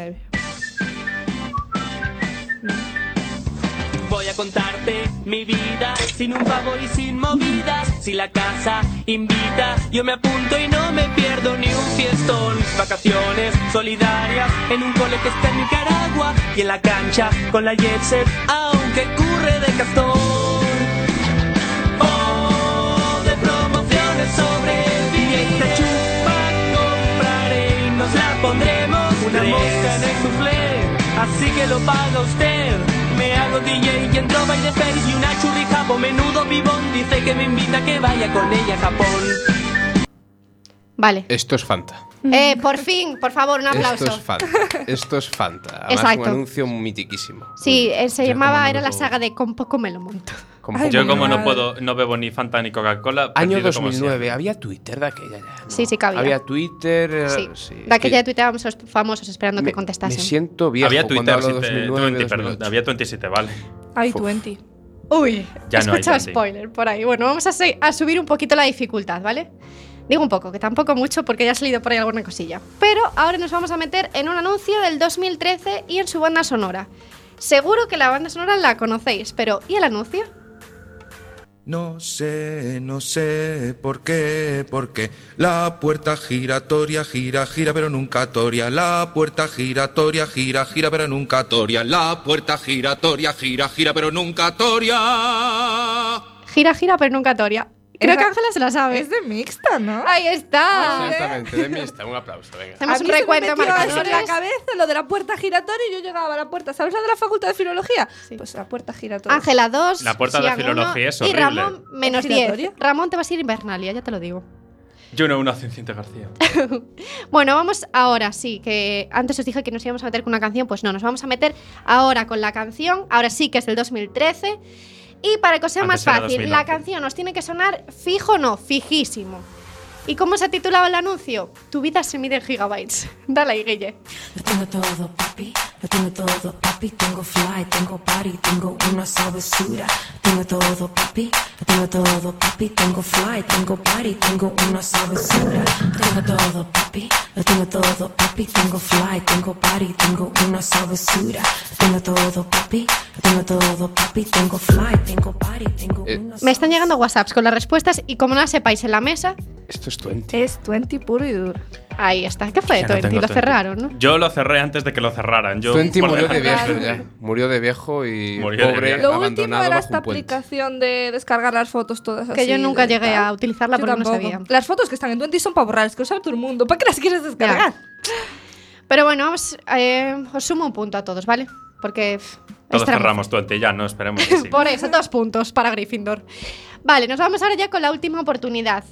Speaker 22: Voy a contarte mi vida sin un pavo y sin movidas. Si la casa invita, yo me apunto y no me pierdo ni un fiestón. Vacaciones solidarias en un cole que está en Nicaragua y en la cancha con la jet set, aunque curre de castón. Oh, de promociones sobreviviente. Esta chupa compraré y nos la pondremos. Una mosca en el soufflé, así que lo paga usted. Me hago DJ y entro baile feliz y una churri japo. Menudo vivón dice que me invita a que vaya con ella a Japón.
Speaker 2: Vale.
Speaker 5: Esto es Fanta.
Speaker 2: Eh, por fin, por favor, un aplauso.
Speaker 5: Esto es Fanta. Esto es Fanta. Además,
Speaker 2: Exacto.
Speaker 5: un anuncio mitiquísimo.
Speaker 2: Sí, eh, se
Speaker 5: Yo como
Speaker 2: llamaba,
Speaker 5: no
Speaker 2: era
Speaker 5: lo
Speaker 2: la
Speaker 5: puedo-
Speaker 2: saga de Con poco me lo monto.
Speaker 5: Como
Speaker 1: yo
Speaker 5: poco
Speaker 1: como no
Speaker 5: mal.
Speaker 1: puedo, no bebo ni Fanta ni Coca-Cola.
Speaker 5: Año
Speaker 1: perdido como
Speaker 5: 2009. Había Twitter de aquella ya.
Speaker 2: Sí, sí, cabía.
Speaker 5: Había Twitter. eh,
Speaker 2: Sí.
Speaker 5: sí.
Speaker 2: De aquella de tuiteábamos los famosos esperando que contestasen.
Speaker 5: Me siento viejo
Speaker 1: había
Speaker 5: cuando
Speaker 1: Twitter
Speaker 5: hablo de
Speaker 1: 2009,
Speaker 5: 2009,
Speaker 1: 20, perdón,
Speaker 5: 2008.
Speaker 1: había 27, vale.
Speaker 4: Hay 20.
Speaker 2: Uy,
Speaker 1: Ya no hay
Speaker 2: escucha
Speaker 1: tanto.
Speaker 2: spoiler por ahí. Bueno, vamos a, se- a subir un poquito la dificultad, ¿vale? Digo un poco, que tampoco mucho porque ya ha salido por ahí alguna cosilla. Pero ahora nos vamos a meter en un anuncio del 2013 y en su banda sonora. Seguro que la banda sonora la conocéis, pero ¿y el anuncio?
Speaker 23: No sé, no sé por qué, por qué. La puerta giratoria gira, gira, pero nunca toria. La puerta giratoria gira, gira, pero nunca toria. La puerta giratoria gira, gira, pero nunca toria.
Speaker 2: Gira, gira, pero nunca toria. Creo que Ángela se la sabe.
Speaker 4: Es de mixta, ¿no?
Speaker 2: Ahí está.
Speaker 5: Exactamente, de mixta. Un aplauso, venga.
Speaker 2: Hacemos
Speaker 4: A
Speaker 2: un
Speaker 4: mí se me
Speaker 2: recuento de
Speaker 4: metió eso en la
Speaker 2: marcadores.
Speaker 4: cabeza lo de la puerta giratoria y yo llegaba a la puerta. ¿Sabes la de la Facultad de Filología? Pues la puerta giratoria.
Speaker 2: Ángela 2.
Speaker 1: La puerta de la filología es horrible.
Speaker 2: Y Ramón menos
Speaker 4: ¿Giratoria?
Speaker 2: 10. Ramón te vas a ir Invernalia, ya te lo digo.
Speaker 1: Yo no uno Ciente
Speaker 2: (laughs)
Speaker 1: García.
Speaker 2: Bueno, vamos ahora, sí, que antes os dije que nos íbamos a meter con una canción, pues no, nos vamos a meter ahora con la canción, ahora sí que es del 2013. Y para que os sea
Speaker 1: Antes
Speaker 2: más
Speaker 1: era
Speaker 2: fácil,
Speaker 1: 2011.
Speaker 2: la canción os tiene que sonar fijo no, fijísimo. ¿Y cómo se titulaba el anuncio? Tu vida se mide en gigabytes. (laughs) Dale ahí, Guille.
Speaker 24: Lo tengo todo, papi, lo tengo todo, papi. Tengo fly, tengo party, tengo una sabrosura. Tengo todo, papi, lo tengo todo, papi. Tengo fly, tengo party, tengo una sabrosura. Tengo todo, papi, lo tengo todo, papi. Tengo fly, tengo party, tengo una sabrosura. Tengo todo, papi, lo tengo todo, papi. Tengo fly, tengo party, tengo una
Speaker 2: Me están llegando WhatsApps con las respuestas y como no las sepáis en la mesa,
Speaker 5: Esto es 20.
Speaker 4: Es 20 puro y duro.
Speaker 2: ahí está. ¿Qué fue de
Speaker 1: Ya no
Speaker 2: todo?
Speaker 1: tengo
Speaker 2: lo
Speaker 1: 20.
Speaker 2: cerraron, ¿no?
Speaker 1: Yo lo cerré antes de que lo cerraran. Yo
Speaker 5: Twenty
Speaker 1: por
Speaker 5: murió de
Speaker 1: dejar-
Speaker 5: viejo ya. Murió de viejo y
Speaker 1: Murió de
Speaker 5: pobre,
Speaker 1: viejo.
Speaker 4: Lo último
Speaker 5: abandonado
Speaker 4: era
Speaker 5: bajo
Speaker 4: esta
Speaker 5: un puente.
Speaker 4: aplicación de descargar las fotos todas así.
Speaker 2: Que yo nunca
Speaker 4: de
Speaker 2: llegué
Speaker 4: tal.
Speaker 2: a utilizarla
Speaker 4: Yo
Speaker 2: porque no
Speaker 4: tampoco.
Speaker 2: sabía.
Speaker 4: Las fotos que están en 20 son para borrar, es que lo sabe todo el mundo. ¿Para qué las quieres descargar?
Speaker 2: Pero bueno, vamos, eh, os sumo un punto a todos, ¿vale? Porque... pff,
Speaker 1: Todos
Speaker 2: es trampa.
Speaker 1: cerramos Twenty ya, no esperemos
Speaker 2: (laughs)
Speaker 1: que sí.
Speaker 2: Por eso, dos puntos para Gryffindor. Vale, nos vamos ahora ya con la última oportunidad.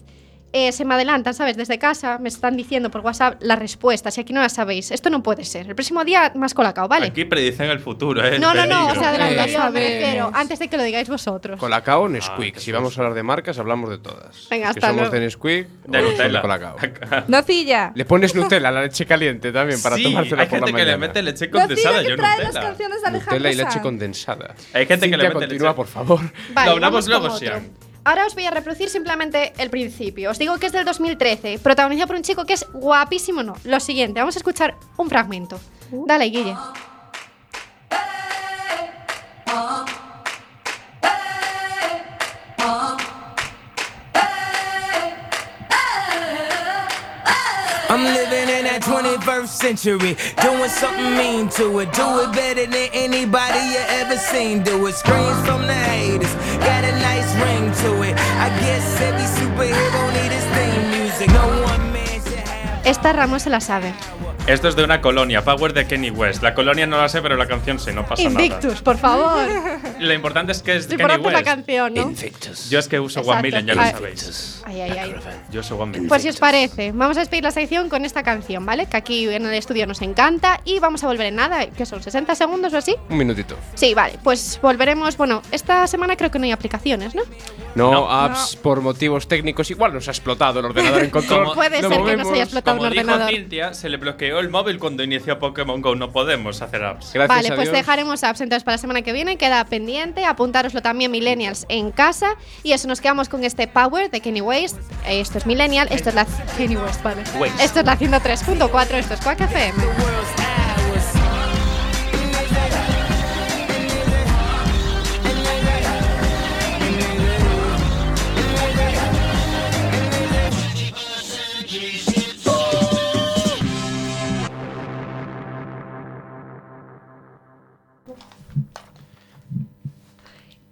Speaker 2: eh, se me adelantan, ¿sabes? Desde casa me están diciendo por WhatsApp las respuestas y aquí no las sabéis. Esto no puede ser. El próximo día más colacao, ¿vale?
Speaker 1: Aquí predicen el futuro, ¿eh?
Speaker 2: No, no, no, o
Speaker 1: Peligro.
Speaker 2: sea, adelanto yo, me
Speaker 5: sabemos.
Speaker 2: refiero, antes de que lo digáis vosotros.
Speaker 5: Colacao o
Speaker 1: Ah,
Speaker 5: Nesquik. si vamos a hablar de marcas, hablamos de todas.
Speaker 2: Venga,
Speaker 5: que
Speaker 2: hasta
Speaker 5: somos
Speaker 2: luego.
Speaker 5: de Nesquik o
Speaker 1: De
Speaker 5: somos
Speaker 1: Nutella.
Speaker 5: Colacao.
Speaker 4: Nocilla.
Speaker 5: Le pones Nutella a la leche caliente también para
Speaker 1: Sí,
Speaker 5: tomársela
Speaker 1: hay
Speaker 5: por
Speaker 1: gente
Speaker 5: la
Speaker 1: que
Speaker 5: mañana.
Speaker 1: le mete leche
Speaker 4: Nocilla,
Speaker 1: condensada,
Speaker 4: que
Speaker 1: yo
Speaker 4: trae
Speaker 1: Nutella.
Speaker 4: las canciones de
Speaker 5: Nutella
Speaker 4: Alejandro
Speaker 5: y leche
Speaker 4: Sanz.
Speaker 5: condensada.
Speaker 1: Hay gente que le
Speaker 5: Cintia,
Speaker 1: mete
Speaker 5: continúa,
Speaker 1: leche.
Speaker 5: por favor.
Speaker 2: Vale,
Speaker 5: lo hablamos
Speaker 2: vamos con
Speaker 5: luego,
Speaker 2: otro.
Speaker 5: Sian.
Speaker 2: Ahora os voy a reproducir simplemente el principio. Os digo que es del 2013, protagonizado por un chico que es guapísimo, no. Lo siguiente, vamos a escuchar un fragmento. Dale, Guille.
Speaker 7: I'm living in that 21st century, doing something mean to it. Do it better than anybody you ever seen. Do it. Screams from the haters, got a nice ring to it. I guess every superhero need his theme music. No one man should
Speaker 2: Esta Ramón se la sabe.
Speaker 1: Esto es de una colonia, Power de Kenny West. La colonia no la sé, pero la canción sí, no pasa
Speaker 2: Invictus, por favor.
Speaker 1: nada. Lo importante es que es de Kenny
Speaker 2: Importante la
Speaker 1: West.
Speaker 2: canción, ¿no?
Speaker 1: Yo es que uso
Speaker 2: Exacto.
Speaker 1: One Million, ya lo
Speaker 2: Ay.
Speaker 1: sabéis.
Speaker 2: Ay, ay, ay.
Speaker 1: Yo uso One Million.
Speaker 2: Pues si os parece, vamos a despedir la sección con esta canción, ¿vale? Que aquí en el estudio nos encanta y vamos a volver en nada, que son 60 segundos o así.
Speaker 5: Un minutito.
Speaker 2: Sí, vale, pues volveremos. Bueno, esta semana creo que no hay aplicaciones, ¿no?
Speaker 5: No, apps por motivos técnicos. Igual nos ha explotado el ordenador en control.
Speaker 2: Puede
Speaker 5: Lo
Speaker 2: ser que
Speaker 5: movemos.
Speaker 2: nos haya explotado
Speaker 1: Como
Speaker 2: un
Speaker 1: dijo
Speaker 2: ordenador.
Speaker 1: Cintia, se le bloqueó el móvil cuando inició Pokémon Go. No podemos hacer apps.
Speaker 2: vale, pues dejaremos apps entonces para la semana que viene, queda pendiente, apuntároslo también Millennials en casa y eso nos quedamos con este Power de Kenny West. Esto es Millennial, esto es la Kenny West, vale.
Speaker 7: Waste.
Speaker 2: Esto es la 103.4, esto es Quack FM.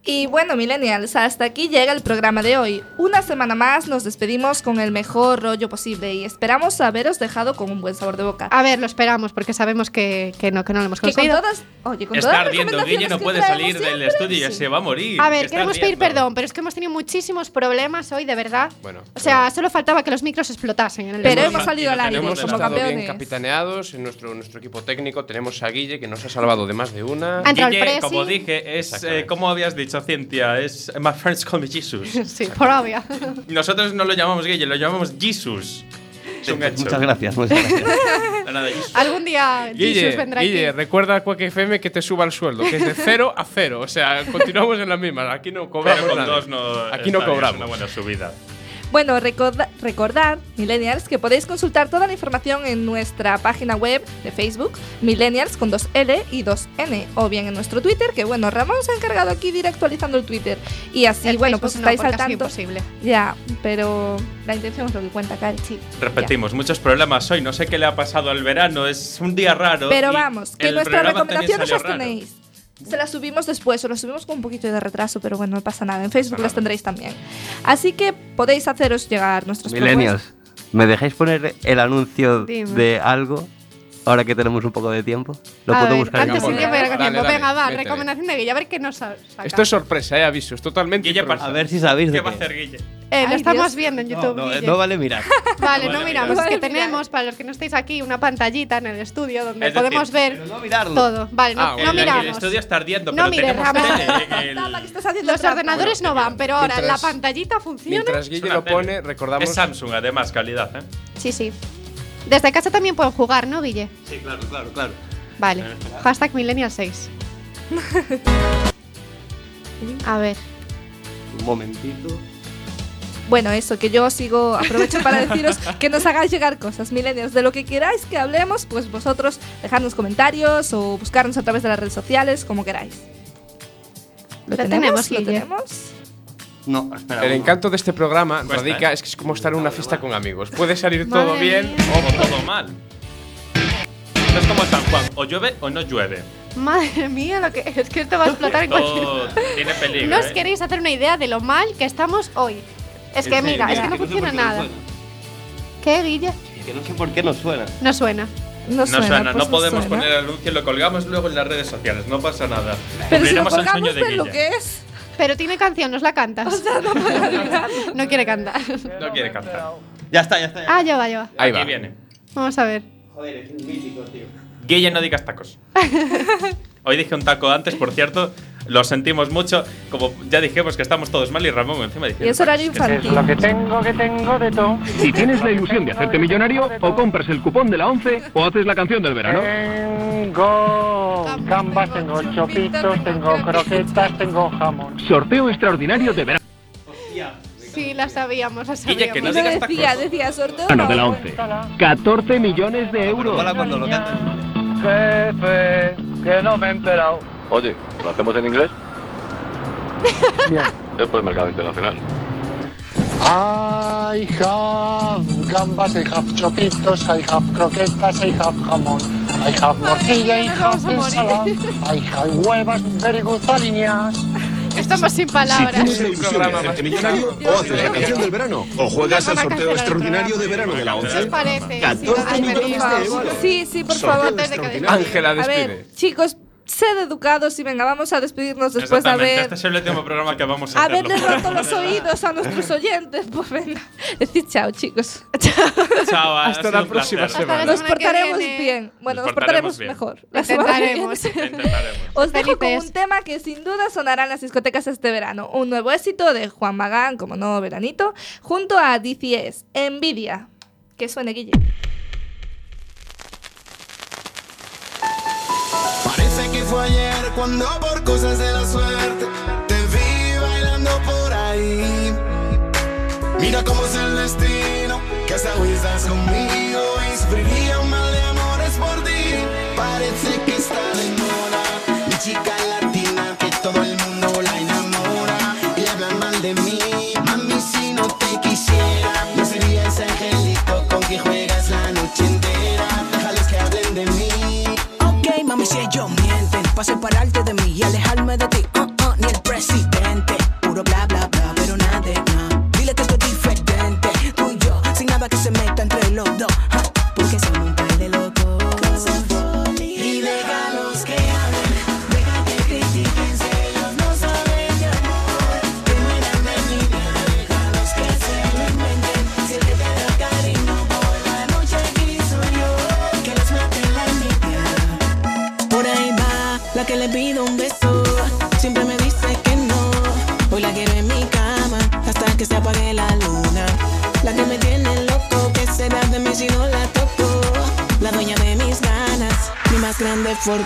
Speaker 4: Y bueno, millennials, hasta aquí llega el programa de hoy. Una semana más nos despedimos con el mejor rollo posible y esperamos haberos dejado con un buen sabor de boca.
Speaker 2: A ver, lo esperamos porque sabemos que, que no, que no lo hemos
Speaker 4: Que con
Speaker 2: conseguido.
Speaker 4: todas, oye, con
Speaker 1: Está
Speaker 4: todas las
Speaker 1: ardiendo, Guille no
Speaker 4: recomendaciones que
Speaker 1: puede
Speaker 4: traemos
Speaker 1: salir del
Speaker 4: siempre,
Speaker 1: estudio, ya
Speaker 4: sí.
Speaker 1: se va a morir.
Speaker 2: A ver,
Speaker 1: Está
Speaker 2: queremos pedir
Speaker 1: ardiendo.
Speaker 2: perdón, pero es que hemos tenido muchísimos problemas hoy, de verdad.
Speaker 5: Bueno,
Speaker 2: O sea, solo faltaba que los micros explotasen en el
Speaker 4: Pero
Speaker 2: programa.
Speaker 4: hemos salido al aire
Speaker 5: Hemos
Speaker 4: como
Speaker 5: estado bien
Speaker 4: campeones.
Speaker 5: capitaneados en nuestro, nuestro equipo técnico. Tenemos a Guille que nos ha salvado de más de una.
Speaker 1: Guille, como dije, es eh, como habías dicho, Cintia, es My Friends Call Me Jesus.
Speaker 2: (laughs) Sí, por obvia.
Speaker 1: Nosotros no lo llamamos Guille, lo llamamos Jesus. Es un hecho.
Speaker 8: Muchas gracias, muchas gracias.
Speaker 1: De nada, Jesus.
Speaker 2: Algún día
Speaker 5: Guille,
Speaker 2: Jesús vendrá
Speaker 5: Guille,
Speaker 2: aquí.
Speaker 5: recuerda a Quack FM que te suba el sueldo, que es de 0 a 0. O sea, continuamos en la misma. Aquí no cobramos.
Speaker 1: Pero con
Speaker 5: nada.
Speaker 1: dos no.
Speaker 5: Aquí no
Speaker 1: está bien,
Speaker 5: cobramos.
Speaker 1: Es una buena subida.
Speaker 4: Bueno, recorda- recordar, millennials, que podéis consultar toda la información en nuestra página web de Facebook, millennials con 2L y 2N, o bien en nuestro Twitter, que bueno, Ramón se ha encargado aquí de ir actualizando el Twitter. Y así,
Speaker 2: El
Speaker 4: bueno,
Speaker 2: Facebook
Speaker 4: pues
Speaker 2: no,
Speaker 4: estáis
Speaker 2: porque
Speaker 4: al
Speaker 2: ha sido
Speaker 4: tanto.
Speaker 2: imposible.
Speaker 4: Ya, pero la intención es lo que cuenta, Cari.
Speaker 1: Repetimos, muchos problemas hoy. No sé qué le ha pasado al verano. Es un día raro.
Speaker 4: Pero
Speaker 1: y
Speaker 4: vamos, que
Speaker 1: el
Speaker 4: nuestras
Speaker 1: programa
Speaker 4: recomendaciones
Speaker 1: también
Speaker 4: las
Speaker 1: salió raro.
Speaker 4: tenéis. Se las subimos después, o las subimos con un poquito de retraso, pero bueno, no pasa nada. En Facebook las tendréis también. Así que podéis haceros llegar nuestros
Speaker 8: Millennials, ¿me dejáis poner el anuncio
Speaker 4: Dime.
Speaker 8: de algo ahora que tenemos un poco de tiempo? Lo
Speaker 2: A
Speaker 8: puedo
Speaker 2: ver,
Speaker 8: buscar
Speaker 2: antes
Speaker 8: en
Speaker 2: de que me haga
Speaker 5: Dale,
Speaker 2: tiempo.
Speaker 5: dale,
Speaker 2: Venga, va,
Speaker 5: métele.
Speaker 2: recomendación de Guille, a ver qué nos sa- saca.
Speaker 5: Esto es sorpresa, eh, aviso. Es totalmente. improvisado.
Speaker 8: A ver si sabéis de
Speaker 5: ¿Qué va a hacer
Speaker 1: Guille?
Speaker 2: Eh, lo
Speaker 4: Ay,
Speaker 2: estamos
Speaker 4: Dios.
Speaker 2: viendo en
Speaker 8: No,
Speaker 2: YouTube.
Speaker 8: no,
Speaker 2: Guille.
Speaker 8: no vale mirar.
Speaker 2: eh, (laughs) Vale,
Speaker 8: Vale,
Speaker 2: no miramos,
Speaker 8: mira.
Speaker 2: es que tenemos, para los que no estáis aquí, una pantallita en el estudio donde
Speaker 1: Es decir,
Speaker 2: podemos ver
Speaker 8: mirarlo.
Speaker 2: todo. Vale, no,
Speaker 1: Ah,
Speaker 2: no
Speaker 1: el-
Speaker 2: miramos.
Speaker 1: El estudio está ardiendo,
Speaker 2: No
Speaker 1: pero
Speaker 2: mires,
Speaker 1: tenemos
Speaker 2: Ramón.
Speaker 1: tele, eh, el-
Speaker 2: Los ordenadores no van, pero ahora
Speaker 1: Mientras-
Speaker 2: la pantallita funciona.
Speaker 5: Mientras Guille lo pone, recordamos.
Speaker 1: Es Samsung, además, calidad, ¿eh?
Speaker 2: Sí, sí. Desde casa también pueden jugar, ¿no, Guille?
Speaker 8: Sí, claro, claro, claro. (laughs)
Speaker 2: Vale. Hashtag Millennial 6. A ver.
Speaker 8: Un momentito.
Speaker 4: Bueno, eso, que yo sigo, aprovecho para deciros que nos hagáis llegar cosas, millennials, de lo que queráis que hablemos, pues vosotros dejadnos comentarios o buscarnos a través de las redes sociales, como queráis.
Speaker 2: Lo
Speaker 4: tenemos,
Speaker 2: tenemos,
Speaker 4: lo
Speaker 2: Guille.
Speaker 4: tenemos.
Speaker 8: No, espera.
Speaker 5: El encanto de este programa
Speaker 1: Cuesta,
Speaker 5: radica
Speaker 1: ¿eh?
Speaker 5: es que es como estar en una fiesta con amigos. Puede salir
Speaker 1: Madre
Speaker 5: todo bien
Speaker 1: O todo mal. Esto es como San Juan. O llueve o no llueve.
Speaker 2: Madre mía, lo que es que esto va a explotar
Speaker 8: (laughs)
Speaker 2: en
Speaker 8: Oh,
Speaker 2: cualquier
Speaker 1: Todo tiene peligro.
Speaker 2: No os
Speaker 1: ¿eh?
Speaker 2: queréis hacer una idea de lo mal que estamos hoy. Es que
Speaker 8: En serio,
Speaker 2: mira, es que no
Speaker 8: sé por qué
Speaker 2: funciona
Speaker 8: nos
Speaker 2: nada.
Speaker 8: suena.
Speaker 2: ¿Qué, Guille?
Speaker 8: Que no sé por qué nos suena.
Speaker 2: No suena.
Speaker 1: No suena,
Speaker 4: pues
Speaker 1: no podemos poner el anuncio, lo colgamos luego en las redes sociales, no pasa nada.
Speaker 4: Pero si lo
Speaker 1: Cumpliremos el
Speaker 4: colgamos,
Speaker 1: sueño de
Speaker 4: ¿ves lo
Speaker 1: Guille.
Speaker 4: que es?
Speaker 2: Pero tiene canción, nos la cantas. no (laughs)
Speaker 8: (laughs)
Speaker 2: quiere cantar.
Speaker 1: No quiere cantar.
Speaker 25: Ya está, ya está.
Speaker 2: Ah, ya va, ya va.
Speaker 1: Ahí Aquí viene.
Speaker 2: Vamos a ver.
Speaker 25: Joder, es un mítico, tío.
Speaker 1: Guille, no digas
Speaker 4: (laughs)
Speaker 1: tacos. Hoy dije un taco antes, por cierto. Lo sentimos mucho. Como ya dijimos que estamos todos mal y Ramón encima dice.
Speaker 4: Y es horario infantil.
Speaker 9: tengo, que tengo de todo. Si tienes la ilusión de hacerte millonario, o compras el cupón de la 11 o haces la canción del verano. Tengo gambas, tengo chopitos, tengo croquetas, tengo jamón. Sorteo extraordinario de verano.
Speaker 2: Sí, la sabíamos, la sabíamos.
Speaker 9: Guille, que no digas tacos.
Speaker 2: decía, decía sorteo.
Speaker 9: Verano de la 11. 14 millones de euros.
Speaker 25: cuando lo
Speaker 9: Jefe, que no me he enterado.
Speaker 18: Oye, ¿lo hacemos en inglés?
Speaker 9: Bien.
Speaker 18: Es por el mercado internacional.
Speaker 9: I have gambas, I have chopitos, I have croquetas, I have jamón. I have morcilla, I have ensalada, I have huevas, very good aliñas.
Speaker 2: Estamos sin palabras.
Speaker 10: Si tienes la ilusión de hacerte millonario, o haces la canción del verano, o juegas al sorteo extraordinario de verano de la 11.
Speaker 2: ¿Qué os parece?
Speaker 10: 14
Speaker 2: Ay,
Speaker 10: millones de
Speaker 2: perdón.
Speaker 10: euros.
Speaker 4: Sí, sí, por
Speaker 10: Sorteo
Speaker 4: favor.
Speaker 10: Antes de que
Speaker 1: despide. Ángela,
Speaker 4: A ver,
Speaker 1: despide.
Speaker 4: chicos, sed educados y venga, vamos a despedirnos después a
Speaker 1: Exactamente,
Speaker 4: ver.
Speaker 1: este es el último programa que vamos a hacerlo.
Speaker 4: Haberle roto los oídos a nuestros oyentes, pues venga. (laughs) Decid chao, chicos.
Speaker 1: Chao, ha
Speaker 26: Hasta
Speaker 1: sido
Speaker 26: la
Speaker 1: un placer.
Speaker 26: próxima Hasta la semana.
Speaker 4: Nos portaremos bien. Bueno,
Speaker 1: Nos
Speaker 4: nos portaremos
Speaker 1: portaremos bien.
Speaker 4: mejor. La semana que
Speaker 1: (laughs)
Speaker 4: viene.
Speaker 2: Intentaremos.
Speaker 4: Os dejo con
Speaker 2: Felices.
Speaker 4: un tema que sin duda sonará en las discotecas este verano. Un nuevo éxito de Juan Magán, como no veranito, junto a DCS, Envidia. Que suene, Guille.
Speaker 17: Parece que fue ayer cuando por cosas de la suerte te vi bailando por ahí. Mira cómo es el destino, que hasta hoy estás conmigo y sufriría un mal de amores por ti. Parece que está de moda mi chica latina que todo el mundo la enamora y hablan mal de mí. Mami, si no te quisiera, no sería ese angelito con que juegas la noche entera. Déjales que hablen de mí.
Speaker 16: Ok, mami, si ellos mienten, para separarte de mí y alejarme de ti, uh, uh, ni el presidente. Puro bla, bla, bla, pero nada de nada. Dile que estoy diferente, tú y yo, sin nada que se meta entre los dos. ja, porque son un par de locos.
Speaker 17: Y déjalos que hablen, deja que critiquen si ellos no saben de amor. Que mueran de envidia, déjalos que se lo inventen. Si el que te da cariño por la noche aquí soy yo, que los mate la envidia.
Speaker 16: Por ahí va la que le pido un beso. Siempre me dice que no. Hoy la quiero en mi cama hasta que se apague la luna. La que me tiene loco, que será de mí si no la toco. La dueña de mis ganas, mi más grande fortuna.